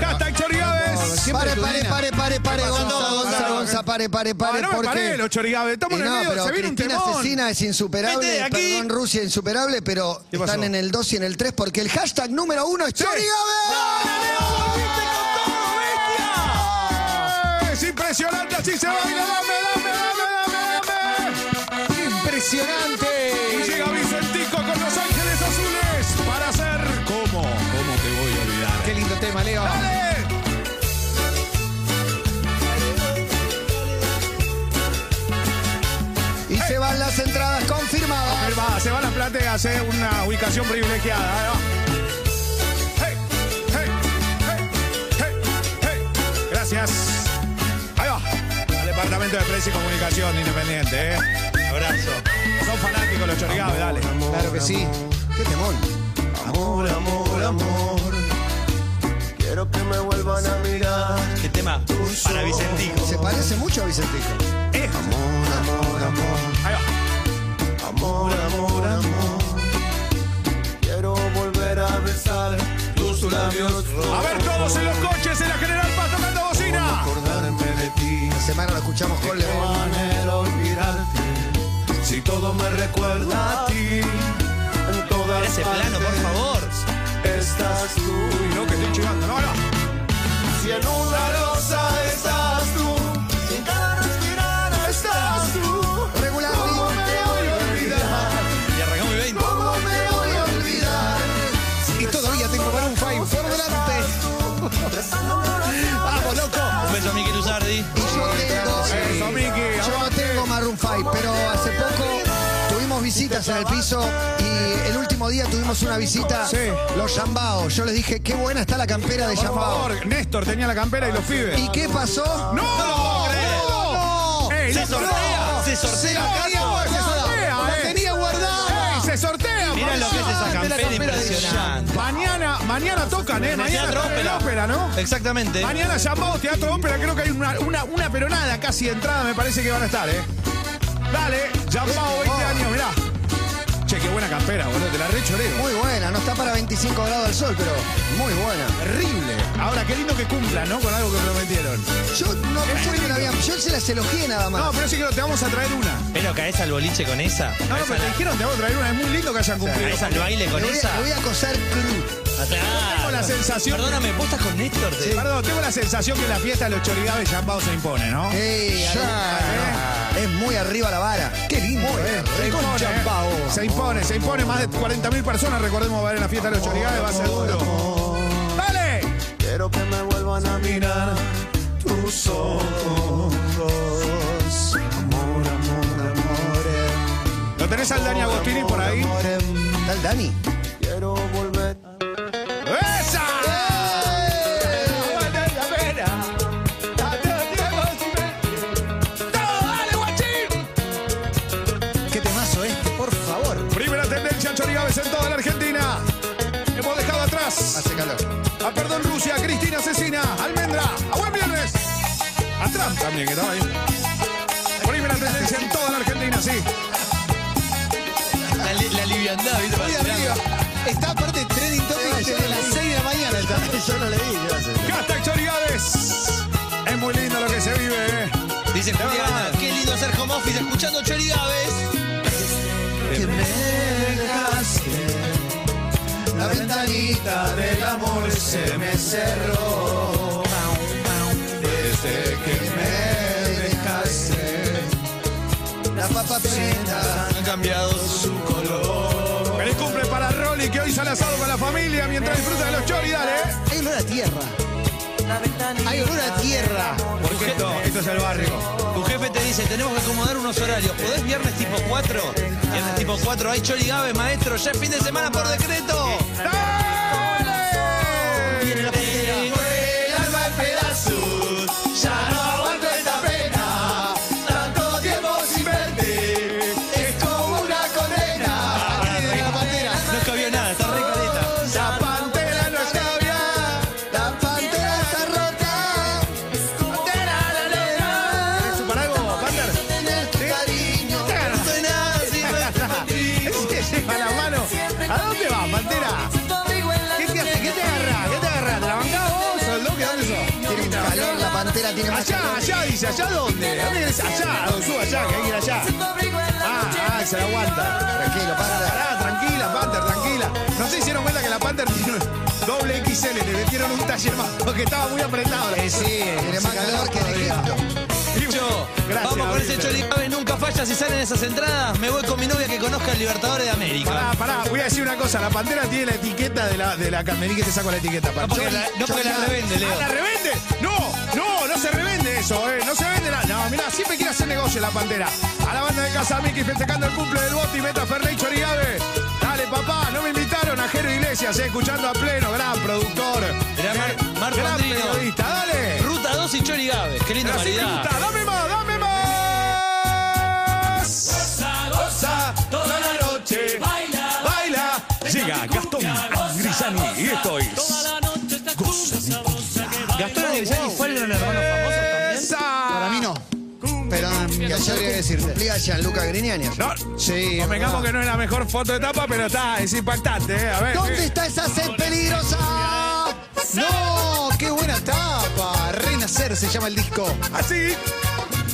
S9: Hashtag Chorigaves.
S15: Siempre
S16: Pare,
S15: tu
S16: pare,
S15: nena.
S16: pare, pare, pare,
S15: ¿Qué pasó?
S16: Gonza, Gonza,
S9: Gonza,
S16: Gonza, pare, pare,
S9: Ah,
S16: pare,
S9: no me paré,
S16: porque...
S9: los chorigaves. Estamos
S16: Eh,
S9: en el
S16: no,
S9: medio,
S16: pero
S9: se viene un
S16: Cristina
S9: temón.
S16: Asesina es
S4: Vete de
S16: insuperable,
S4: aquí.
S16: perdón, Rusia insuperable, pero
S9: ¿Qué pasó?
S16: están en el 2 y en el 3 porque el hashtag número uno es Chorigabe.
S9: Es impresionante, así se baila. Dame, dame, dame, dame, dame. Y
S15: ¡Impresionante!
S9: llega Vicentico con los ángeles azules para hacer. ¿Cómo? ¿Cómo te voy a olvidar?
S15: ¡Qué lindo tema, Leo!
S9: ¡Dale!
S16: Y se van las entradas confirmadas.
S9: Él va, se va a la plata y hace una ubicación privilegiada. Ahí va. Hey, hey, hey, hey, hey. Gracias. Ahí va. Al Departamento de Prensa y Comunicación de Independiente, ¿eh? Abrazo. Son fanáticos los chorigabes, dale.
S15: Claro que sí.
S16: Qué temón.
S19: Amor, amor, amor. Quiero que me vuelvan a mirar.
S4: ¿Qué tema? Para Vicentico.
S16: Se parece mucho a Vicentico.
S9: Eh,
S19: Amor, amor, amor.
S9: ahí va.
S19: Amor, amor, amor. Quiero volver a besar tus labios
S9: A ver todos en los coches, en la General Paz tocando bocina.
S19: Acordarme de ti.
S16: La semana lo escuchamos con
S19: ¿Qué
S16: León.
S19: manera olvidarte? Si todo me recuerda a ti. En todas
S4: Ese plano, por
S19: partes
S4: favor.
S19: Estás tú.
S9: Uy, no, que estoy chivando. No, no.
S19: Si en una rosa estás tú. Si en cada respirada estás tú.
S16: Regular.
S19: ¿Cómo me voy a olvidar?
S4: Y arrancamos el 20.
S19: ¿Cómo me voy a olvidar?
S15: Y todavía tengo para un fine por delante. <laughs> ¡Vamos, loco!
S4: Un beso a Miguel Usardi.
S16: Y yo tengo,
S9: Eso, Miki.
S16: yo no tengo Maroon 5, pero hace poco tuvimos
S20: visitas en el piso y el último día tuvimos una visita, los Yambao. Yo les dije, qué buena está la campera de
S9: Por
S20: Yambao.
S9: favor, Néstor tenía la campera y los pibes.
S20: ¿Y qué pasó?
S9: ¡No! ¡No! ¡Ey,
S20: Se
S9: no!
S20: sortea,
S15: se sortea,
S9: Se la
S15: Caco.
S9: tenía guardada,
S15: Se sortea,
S9: la
S15: eh.
S9: tenía guardada.
S15: Ey,
S9: se sortea,
S15: Mirá lo que es esa
S9: impresionante, la
S15: campera impresionante.
S9: de- Mañana, mañana tocan, ¿eh?
S15: En el
S9: Mañana
S15: Teatro
S9: tocan en la
S15: Ópera.
S9: ópera, ¿no?
S15: Exactamente.
S9: Mañana llamado Oh, Teatro Ópera, creo que hay una, una, una peronada casi de entrada, me parece que van a estar, ¿eh? Dale, llamado 20
S15: Oh.
S9: años, mirá. Che, qué buena campera, boludo, te la rechoreo.
S20: Muy buena, no está para 25 grados al sol, pero muy buena.
S9: Terrible. Ahora, qué lindo que cumpla, ¿no? Con algo que prometieron.
S20: Yo no pensé que la había- Yo se las elogié nada más.
S9: No, pero sí que te vamos a traer una.
S15: Pero caes al boliche con esa.
S9: No, no, pero te dijeron, te vamos a traer una. Es muy lindo que hayan cumplido.
S15: ¿Caes al baile con
S20: Le voy a-
S15: esa?
S20: le voy a acosar cru.
S15: Claro.
S9: Tengo la sensación-
S15: Perdóname, ¿vos estás con Néstor? te-
S9: Sí. Perdón, tengo la sensación que la fiesta de los chorigaves Yambao se impone, ¿no?
S15: Eh,
S9: Eh,
S20: Ey,
S9: Ya.
S20: Eh, Es muy arriba la vara. Qué lindo, eh.
S9: Se
S20: Con
S9: impone,
S20: Yambao.
S9: eh. se impone, se impone. Más de 40.000 personas, recordemos, va a haber en la fiesta de los chorigaves, va a ser duro. ¡Dale!
S21: Quiero que me vuelvan a mirar tus ojos. Amor, amor, amor.
S9: ¿Lo tenés al Dani Agostini por ahí?
S20: ¿Está el Dani?
S21: Quiero volver.
S9: ¡Esa!
S21: Vale la pena. Adiós, Diego, si me- ¡Todo, dale, guachín!
S20: Qué temazo este, por favor.
S9: Primera tendencia chorigaves en toda la Argentina. Hemos dejado atrás
S20: Hace calor.
S9: a Perdón Rusia, a Cristina Asesina, Almendra, a Buen Viernes. Atrás también, que estaba ahí. Primera tendencia en toda la Argentina, sí.
S15: La, li- la liviandad, ¿viste?
S16: Muy
S15: Para tirarla.
S16: arriba. Está aparte trending topic desde las 6 de la mañana. está.
S20: Yo no leí, gracias.
S9: Hashtag Chorigaves. Es muy lindo lo que se vive, ¿eh?
S15: Dice
S9: La
S15: Juliana,
S9: verdad.
S15: qué lindo ser home office escuchando Chorigaves.
S20: Que me
S16: La ventanita del amor se me cerró. Desde que me dejaste, la papa frita
S15: Han cambiado su color.
S9: Feliz cumple para Rolly que hoy sale asado con la familia mientras disfruta de los choris, dale.
S15: eh.
S16: Hay olor a tierra. Hay olor a tierra.
S9: Porque esto, esto es el barrio.
S15: Tu jefe te dice, tenemos que acomodar unos horarios. ¿Podés viernes tipo 4? Viernes tipo 4, hay Chorigaves, maestro. Ya es fin de semana por decreto.
S9: ¡Dale!
S16: Tengo el alma en pedazos, ya no aguanto esta pena. Tanto tiempo sin verte, es como una
S15: Ah,
S16: condena. La pantera,
S15: No cabió nada, está re careta.
S16: la pantera no es caviar, la pantera está rota. Pantera, la nena,
S9: ¿Su para algo, Pander?
S16: tener tu cariño.
S9: Claro.
S16: No soy nada sin
S9: Es que lleva la mano. ¿A dónde vas, Pantera? ¿Qué te hace? ¿Qué te agarra? ¿Qué te agarra? ¿Te la bancás vos? ¿Soldó? ¿Qué dónde sos?
S20: Tiene un calor, la pantera tiene más
S9: Allá,
S20: calor.
S9: allá, dice, ¿allá dónde? ¿A dónde es? Allá, a Donzú, allá, que hay que ir allá. Ah, ah, se la aguanta.
S20: Tranquilo, para.
S9: Pará, tranquila, Panther, tranquila. No se hicieron cuenta que la Panther tiene un doble XL, le metieron un taller más porque estaba muy apretado.
S20: Tiene más calor que de Egipto.
S15: Yo,
S9: Gracias,
S15: vamos con ese
S9: Vicente.
S15: Chorigaves, nunca falla si salen esas entradas. Me voy con mi novia que conozca el Libertadores de América.
S9: Pará, pará, voy a decir una cosa, la pantera tiene la etiqueta de la, de la carne, que te saco la etiqueta,
S15: No porque la, no porque la revende, Leo.
S9: ¡Ah, la revende! ¡No! ¡No! ¡No se revende eso, eh! ¡No se vende la... No, mirá, siempre quiere hacer negocio la pantera. A la banda de Casa Miki festejando el cumple del Boti, Meta Ferrey Chorigave. Dale, papá, no me invitaron a Jero Iglesias, eh, escuchando a pleno, gran productor.
S15: Mirá, Mar-
S9: Eh,
S15: Marco
S9: gran
S15: Andrino.
S9: periodista, dale.
S15: Ruta 2 y Chorigaves. Qué linda
S9: Así me
S15: variedad.
S9: gusta, dame más, dame más.
S21: Goza toda la noche. Baila,
S9: Baila. Llega Gastón Grisani y esto es.
S15: Gastón Adriani fue el hermano famoso también.
S9: Para
S16: mí no. Pero que ayer quería decirte.
S20: Cumplía Gianluca Grignani. ayer.
S9: No,
S16: Sí.
S9: convengamos que no es la mejor foto de tapa, pero está, es impactante, ¿eh? A ver.
S16: ¿Dónde
S9: eh.
S16: está esa sed peligrosa? ¡No! ¡Qué buena tapa! Renacer se llama el disco.
S9: Así.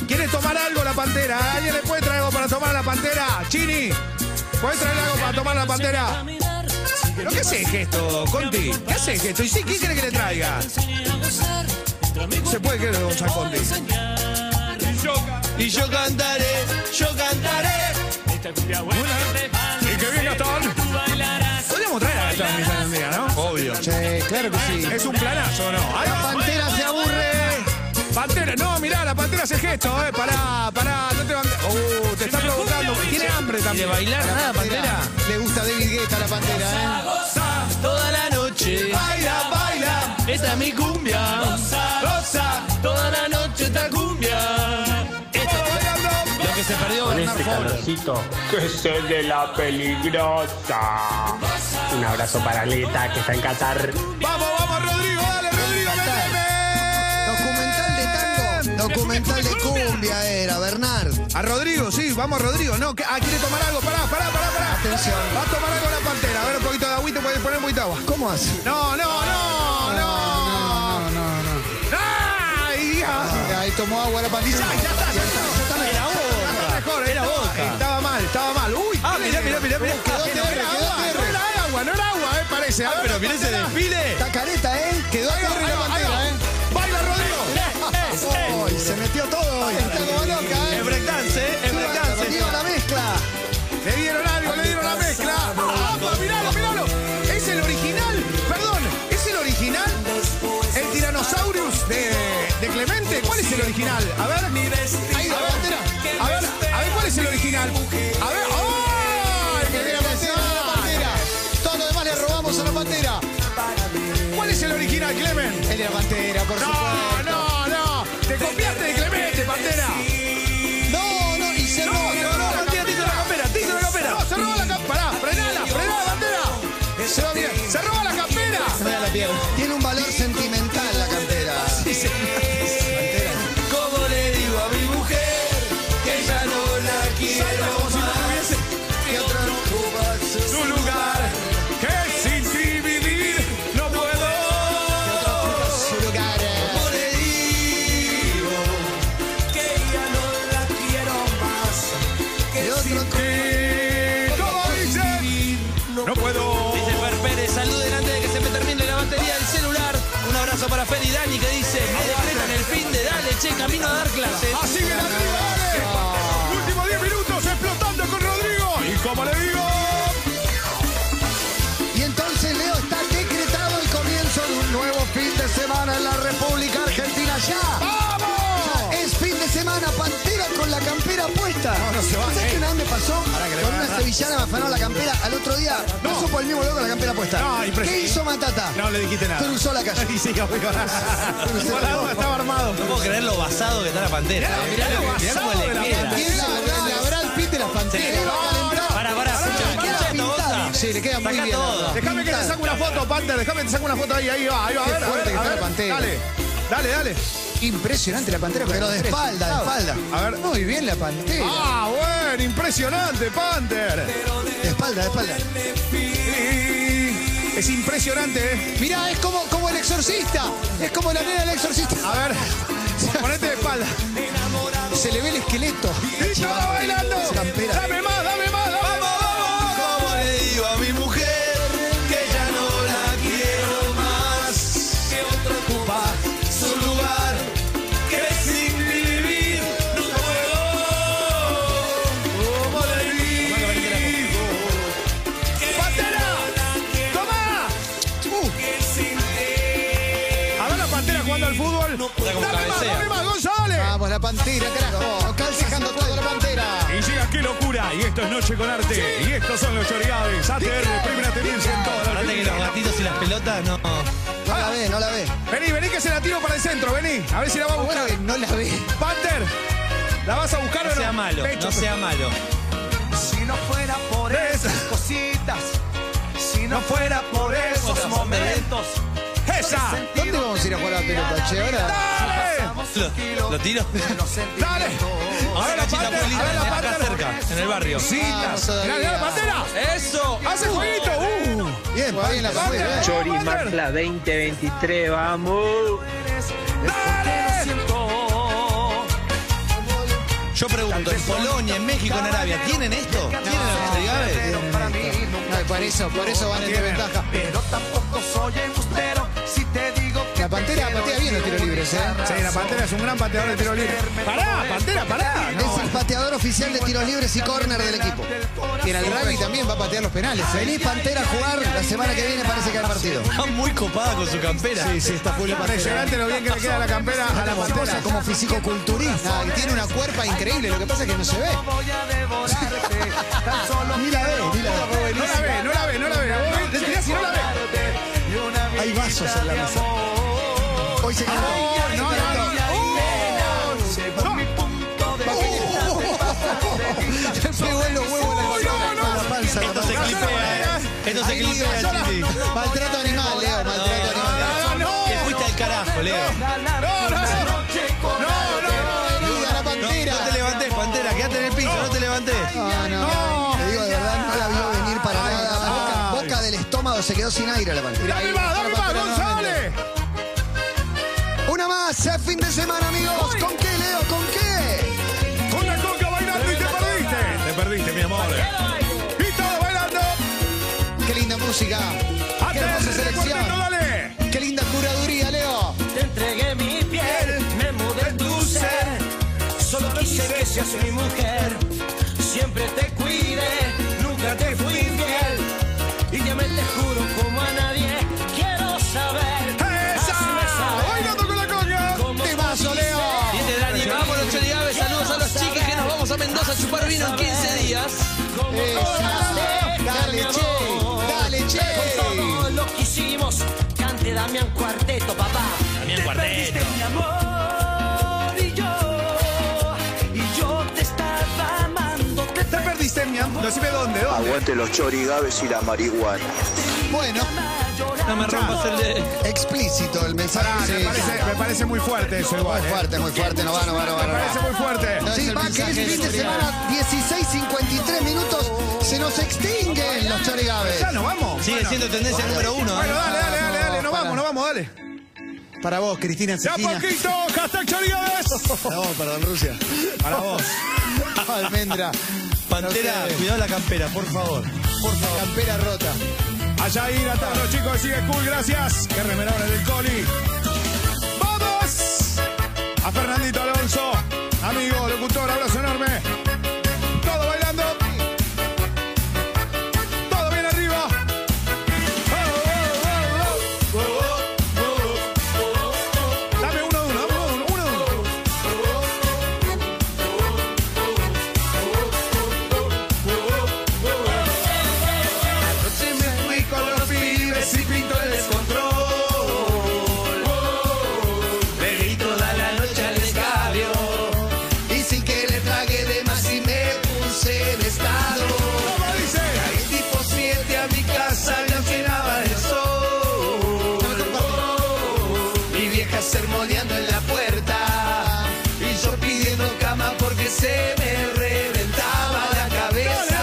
S9: ¿Quiere tomar algo la pantera? ¿Alguien le puede traer algo para tomar a la pantera? Chini, ¿puede traer algo para tomar la pantera? ¿Pero qué haces gesto, Conti? ¿Qué haces gesto? ¿Y sí, qué quiere que le traiga? Se puede querer Gonzalo Conti.
S15: Y yo cantaré, yo cantaré.
S9: Y que bien, Gastón. Podríamos traer a Gastón Millán un día, ¿no? Obvio.
S16: Che, claro que sí.
S9: Es un planazo, ¿no? Ahí
S16: La
S9: va.
S16: pantera se aburre.
S9: Pantera, no, mirá, la pantera hace gesto, eh. Pará, pará, no te van. Uh, te está provocando. Tiene hambre
S15: ni de bailar,
S9: La
S15: nada, Pantera.
S9: Le gusta David Guetta la pantera, ¿eh?
S15: toda la noche.
S9: Baila, baila.
S15: Esta es mi cumbia.
S9: Goza, goza.
S15: Toda la noche esta cumbia. Esto es lo que se perdió
S22: Con
S15: Bernard
S22: este
S15: Fowler.
S22: calorcito, que es el de la peligrosa. Un abrazo para Leta, que está en Qatar.
S9: Vamos, vamos, Rodrigo, dale, Rodrigo,
S16: Documental de tango. Documental de cumbia era, Bernard.
S9: A Rodrigo, sí, vamos a Rodrigo. No, que- ah, quiere tomar algo. Pará, pará, pará, pará. Atención. Va a tomar algo la pantera. A ver, un poquito de agüita, puedes poner un poquito de agua.
S16: ¿Cómo hace?
S9: No, no, no, no. No, no, no. ¡Ay, Dios! Ahí tomó agua la pantera. Ya, ya está, ya está. Era boca. Mejor, era boca. Estaba mal, estaba mal. Uy,
S15: Ah, mirá, mirá, mirá, mirá.
S9: Quedó
S15: Que
S9: tierra,
S15: no era
S9: quedó
S15: agua,
S9: tierra. No era agua, no era agua, eh, parece. A
S15: Ah,
S9: ver,
S15: pero mirá ese
S9: pantera.
S15: desfile.
S16: Está careta, ¿eh?
S9: Quedó
S16: Ahí va,
S9: tierra
S16: ahí
S9: la
S16: va,
S9: pantera,
S16: ahí
S9: eh. ¡Baila, Rodrigo! eh,
S16: va. Uy, se metió todo hoy. Está como loca, ¿eh?
S15: breakdance, eh, es breakdance.
S16: Le dieron la mezcla.
S9: Le dieron algo, le dieron la mezcla. ¡Ah, ¡Apa, miralo, miralo! Es el original, perdón, es el original. El Tyrannosaurus de, de Clemente. ¿Cuál es el original? A ver, ahí va, bandera. A ver, a ver, ¿cuál es el original? A ver, ¡oh! El que tiene la pantera, la pantera.
S16: Todo lo demás le robamos a la pantera.
S9: ¿Cuál es el original, Clemen?
S16: El de la pantera, por supuesto.
S9: No, no, no. Te copiaste de Clemente, Pantera.
S16: No, no, y se
S9: No,
S16: roba,
S9: se
S16: le
S9: robó
S16: roba
S9: la campera, tito la campera, tito la campera. No, se roba la campera. Pará, frenala, frenala, Pantera. Se va bien. Se roba la campera.
S16: Tiene un valor sentimental la cantera.
S15: ¿Cómo le digo a mi mujer que ya no la quiero más?
S16: Que otro ocupa
S9: su lugar. Que sin ti vivir no puedo.
S16: su lugar.
S15: ¿Cómo le digo?
S23: que ya no la quiero más.
S16: Que otro
S9: ocupa ¿Cómo dice? No puedo.
S15: Dice Fer Pérez, saluden antes de que se me termine la batería del celular. Un abrazo para Fer y Dani que dice, me decretan el fin de dale, che, camino a dar clases.
S9: Así que la arriba, dale. Últimos 10 minutos explotando con Rodrigo. Y como le digo.
S16: Y entonces Leo está decretado el comienzo de un nuevo fin de semana en la República Argentina. ¡Ya!
S9: ¡Vamos!
S16: Ya Es fin de semana, pantera con la campera puesta.
S9: No, no se va,
S16: ¿Sabes
S9: eh.
S16: qué una vez me pasó?
S9: que le voy
S16: Con
S9: a
S16: una
S9: agarrar.
S16: sevillana me afanaron la campera al otro día. No supo el mismo loco la campera puesta.
S9: No, impresionante.
S16: ¿Qué hizo Matata?
S9: No le dijiste nada. <laughs>
S16: Cruzó la calle.
S9: Sí, sí,
S16: <laughs>
S9: obvio. Por la duda, estaba armado.
S15: No puedo creer lo basado que está la pantera.
S9: Mirá, mirá
S15: eh.
S9: lo
S15: que- mirá
S9: basado
S15: cómo
S9: de
S15: le
S9: la
S15: queda.
S9: pantera.
S16: Es la, la Brad Pitt de las panteras.
S9: Sí, no, no.
S15: Para, para,
S16: Le queda
S15: escucha esto,
S16: pintado.
S15: Gonza.
S16: Sí, le queda muy
S15: Saca
S16: bien, la
S15: todo.
S16: verdad.
S9: Déjame que te saco una foto, Panther. Déjame que te saco una foto ahí, ahí va, ahí va. A
S16: Qué
S9: ver, a ver,
S16: fuerte que
S9: a
S16: está
S9: ver.
S16: la pantera.
S9: Dale, dale, dale.
S16: Impresionante la pantera, pero de
S9: tres
S16: espalda, de
S9: costados.
S16: espalda.
S9: A ver.
S16: Muy bien la pantera.
S9: Ah, bueno, impresionante, Panther.
S16: De espalda, de espalda.
S9: Es impresionante, eh.
S16: Mirá, es como, como el exorcista. Es como la nena del exorcista.
S9: A ver, ponete de espalda.
S16: Se le ve el esqueleto.
S9: Y todo bailando.
S16: Campera.
S9: Dame más, dame más, dame más.
S15: ¿Cómo le digo a mi mujer que ya no la quiero más? Que otro ocupa su lugar, que sin vivir no puedo. ¿Cómo le digo?
S9: ¡Pantera! ¡Toma! A ver la Pantera jugando al fútbol.
S15: Está como
S9: Dame más,
S15: cabecea.
S9: dame más, González.
S16: Vamos, la pantera, carajo. Calzajando toda la pantera.
S9: Y llega qué locura, y esto es Noche con Arte, y estos son los chorigaves, ATR, primera tendencia en toda la
S15: Aparte que los
S9: Argentina.
S15: gatitos y las pelotas no.
S16: No la ve, no la ve.
S9: Vení, vení que se la tiro para el centro, vení, a ver si la va a buscar.
S16: Bueno, que no la ve.
S9: Panther, ¿la vas a buscar
S15: No
S9: o no?
S15: sea malo,
S9: Pecho.
S15: no sea malo.
S9: Si no fuera por esas cositas, si no fuera por esos momentos. ¡Esa!
S16: ¿Dónde vamos a ir a jugar a la pelota, che? Ahora.
S9: ¡Dale!
S15: Lo, lo tiro.
S9: ¡Dale! A ver la
S15: Cachita
S9: Panther, a
S15: Pueblita,
S9: ver la
S15: acá
S9: Panther.
S15: cerca, en el barrio.
S16: Vamos
S9: Citas.
S16: todavía.
S9: Mirá, mirá la Pantera.
S15: ¡Eso!
S9: ¡Hace jueguito! ¡Uh!
S16: Bien, va bien la
S9: Panther,
S16: pantera. eh.
S9: vamos, Panther.
S24: 2023, vamos.
S9: ¡Dale!
S15: Yo pregunto, en Polonia, en México, en Arabia, ¿tienen esto? ¿Tienen los chorigaves?
S16: eh. No, y por eso, por eso van en desventaja.
S23: Pero tampoco soy embustero si te digo que
S4: La Pantera patea bien los tiros libres, ¿eh? Sí, la Pantera es un gran pateador de tiros libres. ¡Pará, Pantera, pará!
S16: Es el pateador oficial de tiros libres y córner del equipo.
S4: Y en el rugby también va a patear los penales. ¿eh?
S16: Vení Pantera a jugar, la semana que viene parece que hay partido.
S15: Está muy copada con su campera.
S4: Sí, sí, está full de Pantera. Impresionante lo bien que le queda la campera a la Pantera.
S16: Como fisicoculturista.
S4: que tiene una cuerpa increíble, lo que pasa es que no se ve.
S16: Ni la ve, ni la ve.
S4: No la ve, no la ve, no la ve. Vos ves, le tirás y no la ve.
S16: Hay vasos en la mesa. Hoy se ganó.
S4: No, no, no. No.
S16: Se pegó en los huevos la zona, con la panza.
S15: Esto se
S16: la mano.
S15: clipea, eh. Esto se
S16: Ahí digo,
S15: clipea,
S16: llora.
S15: Chiqui.
S16: Maltrato animal, Leo, maltrato animal.
S15: Te fuiste al carajo, Leo.
S4: No, no, no.
S16: Digo, la pantera.
S15: No te levantes, Pantera. Quédate en el piso, no te levantes.
S16: No, no. Te digo de verdad, no la vio venir para nada. Boca, boca del estómago se quedó sin aire la pantera.
S4: ¡Dame más, dame más, González!
S16: Una más, es fin de semana, amigos. ¿Con qué, Leo? ¿Con qué?
S4: Con la coca bailando y te perdiste.
S15: Te perdiste, mi amor.
S4: Y todos bailando.
S16: Qué linda música. Qué hermosa
S4: ¡Atención, cuarteto,
S16: selección.
S4: dale!
S16: Qué linda curaduría, Leo.
S9: Te entregué mi piel, me mudé en tu ser. Solo quise que seas mi mujer. Siempre te cuidé, nunca te fui infiel. Y ya me te juro como a nadie. Quiero saber.
S4: ¡Esa!
S9: hazme saber
S4: ¡Bailando con la coña!
S9: cómo
S16: Temazo, Leo.
S15: Dice Dani, vámonos, Chori Gávez. Saludos a los chiques que nos vamos a Mendoza a chupar vino en 15 días.
S16: Esa. Dale, che. Dale, che.
S9: Todo lo que hicimos, cante Damián Cuarteto, papá.
S15: Damián
S9: Te
S15: Cuarteto.
S9: perdiste mi amor y yo, y yo te estaba amando. Te
S4: Te perdiste, mi amor. No sé dónde, dónde.
S25: Aguante los chorigaves y la marihuana.
S16: Bueno,
S15: No me rompas el de...
S16: explícito el mensaje.
S4: Pará,
S16: Sí,
S4: me, parece, me parece muy fuerte eso
S16: Muy
S4: igual. ¿eh?
S16: fuerte, muy fuerte, no va, no va, no va.
S4: Me
S16: no
S4: parece
S16: va.
S4: muy fuerte.
S16: No
S4: Sí,
S16: sí, va, que es
S4: mensaje
S16: fin de
S4: seguridad.
S16: semana, 16.53 minutos, se nos extinguen los chorigaves.
S4: Ya nos vamos.
S15: Sigue
S4: Bueno.
S15: siendo tendencia número uno. ¿eh?
S4: Bueno, dale, dale, dale, dale. Nos vamos, nos vamos, dale.
S26: Para vos, Cristina
S4: ¡Ya
S26: Cecina.
S4: poquito! ¡Hashtag Chorigaves!
S16: Para vos, perdón, Rusia.
S15: Para vos.
S16: <laughs> Almendra,
S15: Pantera,
S16: No sé.
S15: cuidado la campera, por favor.
S16: por favor. Campera rota.
S4: Allá ir a todos los chicos, sigue cool, gracias. Qué remerones del coli. ¡Vamos! A Fernandito Alonso, amigo, locutor, abrazo enorme. Todo bailando. Todo bien arriba. Oh, oh, oh, oh. Dame uno de uno, dame uno de uno, uno de uno.
S15: Anoche me fui con los pibes y pinto el descontrol. Pedí toda la noche al escabio. Y sin que le tragué de más y me puse en estado.
S4: ¿Cómo dice?
S15: Caí tipo 7 a mi casa, me afinaba el sol. Mi vieja sermoneando en la puerta. Y yo pidiendo cama porque se me reventaba la cabeza.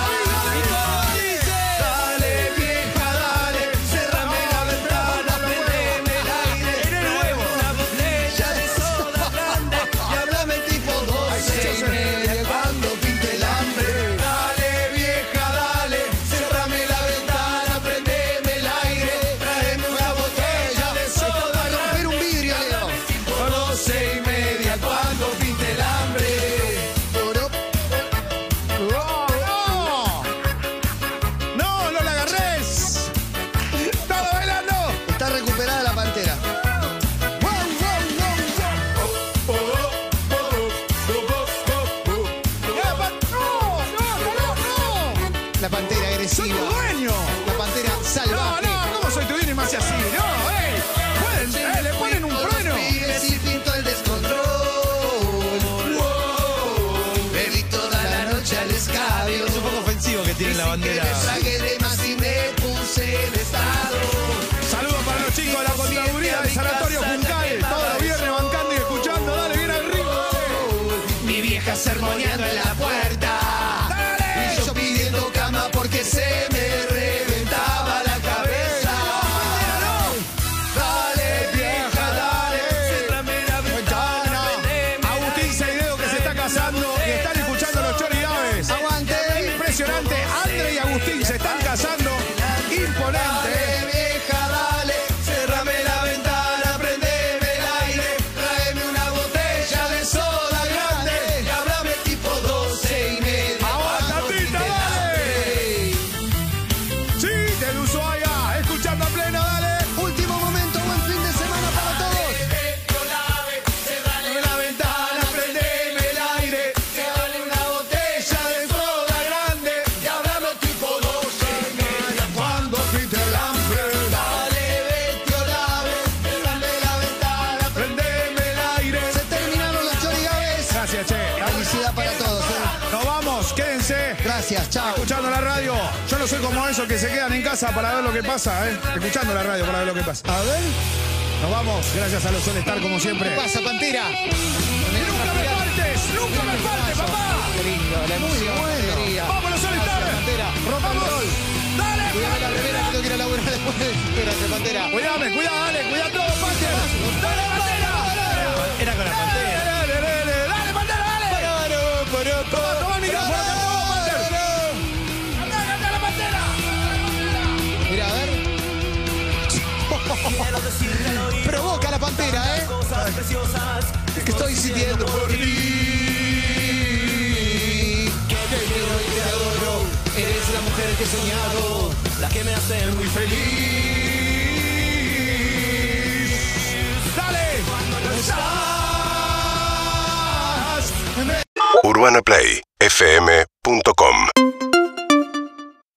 S15: Dale vieja, dale, cerrame la ventana, prendeme el aire, en el huevo, una botella de soda blanda y háblame tipo 12 y media cuando pinte el hambre. Dale vieja, dale, cerrame la ventana, prendeme el aire, tráeme una botella de soda
S16: Para romper un vidrio, Leo.
S15: tipo 12 y media cuando pinte el hambre.
S16: Oro.
S4: ¡Oh, oh! ¡No, no la agarres! ¡Todo bailando!
S16: Está recuperada la pantera.
S4: ¡Wow, wow, wow, wow! ¡Ya, pa- ¡No, no, no, no!
S16: La pantera
S4: ¡Soy tu
S16: agresiva.
S4: dueño!
S16: La pantera
S4: ¡No,
S16: salvaje.
S4: no! ¿Cómo soy tu dueño y me hace así? ¡No, ey! Pueden- eh, ¡Le ponen un freno!
S16: Pibes y pinto el descontrol.
S15: Bebí toda la noche al escabio. Es un poco ofensivo que tiene la bandera. de más y me puse en estado.
S4: Saludos para los chicos de la contaduría del Sanatorio Juncal. Todos los viernes bancando y escuchando. ¡Dale, bien al ritmo!
S15: Mi vieja sermoneando en la puerta.
S4: ¡Dale!
S15: Y yo pidiendo cama porque se me reventaba la cabeza. Dale, vieja, dale. Cérrame la ventana. prendeme el
S4: Agustín Saidedo que se está casando y están escuchando los Chori Gaves.
S16: Aguante.
S4: Impresionante, André y Agustín se están casando.
S16: Quédense.
S27: eh. Gracias, chao.
S16: Escuchando la radio. Yo no soy como esos que se quedan en casa para ver lo que pasa, ¿eh? Escuchando la radio para ver lo que pasa.
S27: A ver.
S16: Nos vamos. Gracias a los Solestar, como siempre.
S27: ¿Qué pasa, Pantera?
S16: ¡Nunca me partes! ¡Nunca me partes, papá!
S15: Qué lindo, la
S27: Muy
S15: emoción.
S27: bueno.
S15: alegría.
S16: ¡Vamos, los Solestar!
S27: ¡Vamos!
S16: ¡Dale!
S27: Cuidado la remera, que tengo que ir a laburar después. Espérate, Pantera.
S16: Cuidame, cuidá, dale, cuidá todo, Pantera. ¡Dale, Pantera!
S28: Era con la pantera.
S16: ¡Dale, dale, dale, Pantera, dale! Toma, toma el micrófono, canta vos, Pantera. Cantá, cantá la Pantera.
S27: Mira, a ver. Provoca la pantera, ¿eh? Que estoy sintiendo por ti.
S15: Que te quiero y te adoro. Eres la mujer que he soñado, la que me hace muy feliz.
S16: Dale,
S15: cuando no estás.
S3: UrbanaPlayFM.com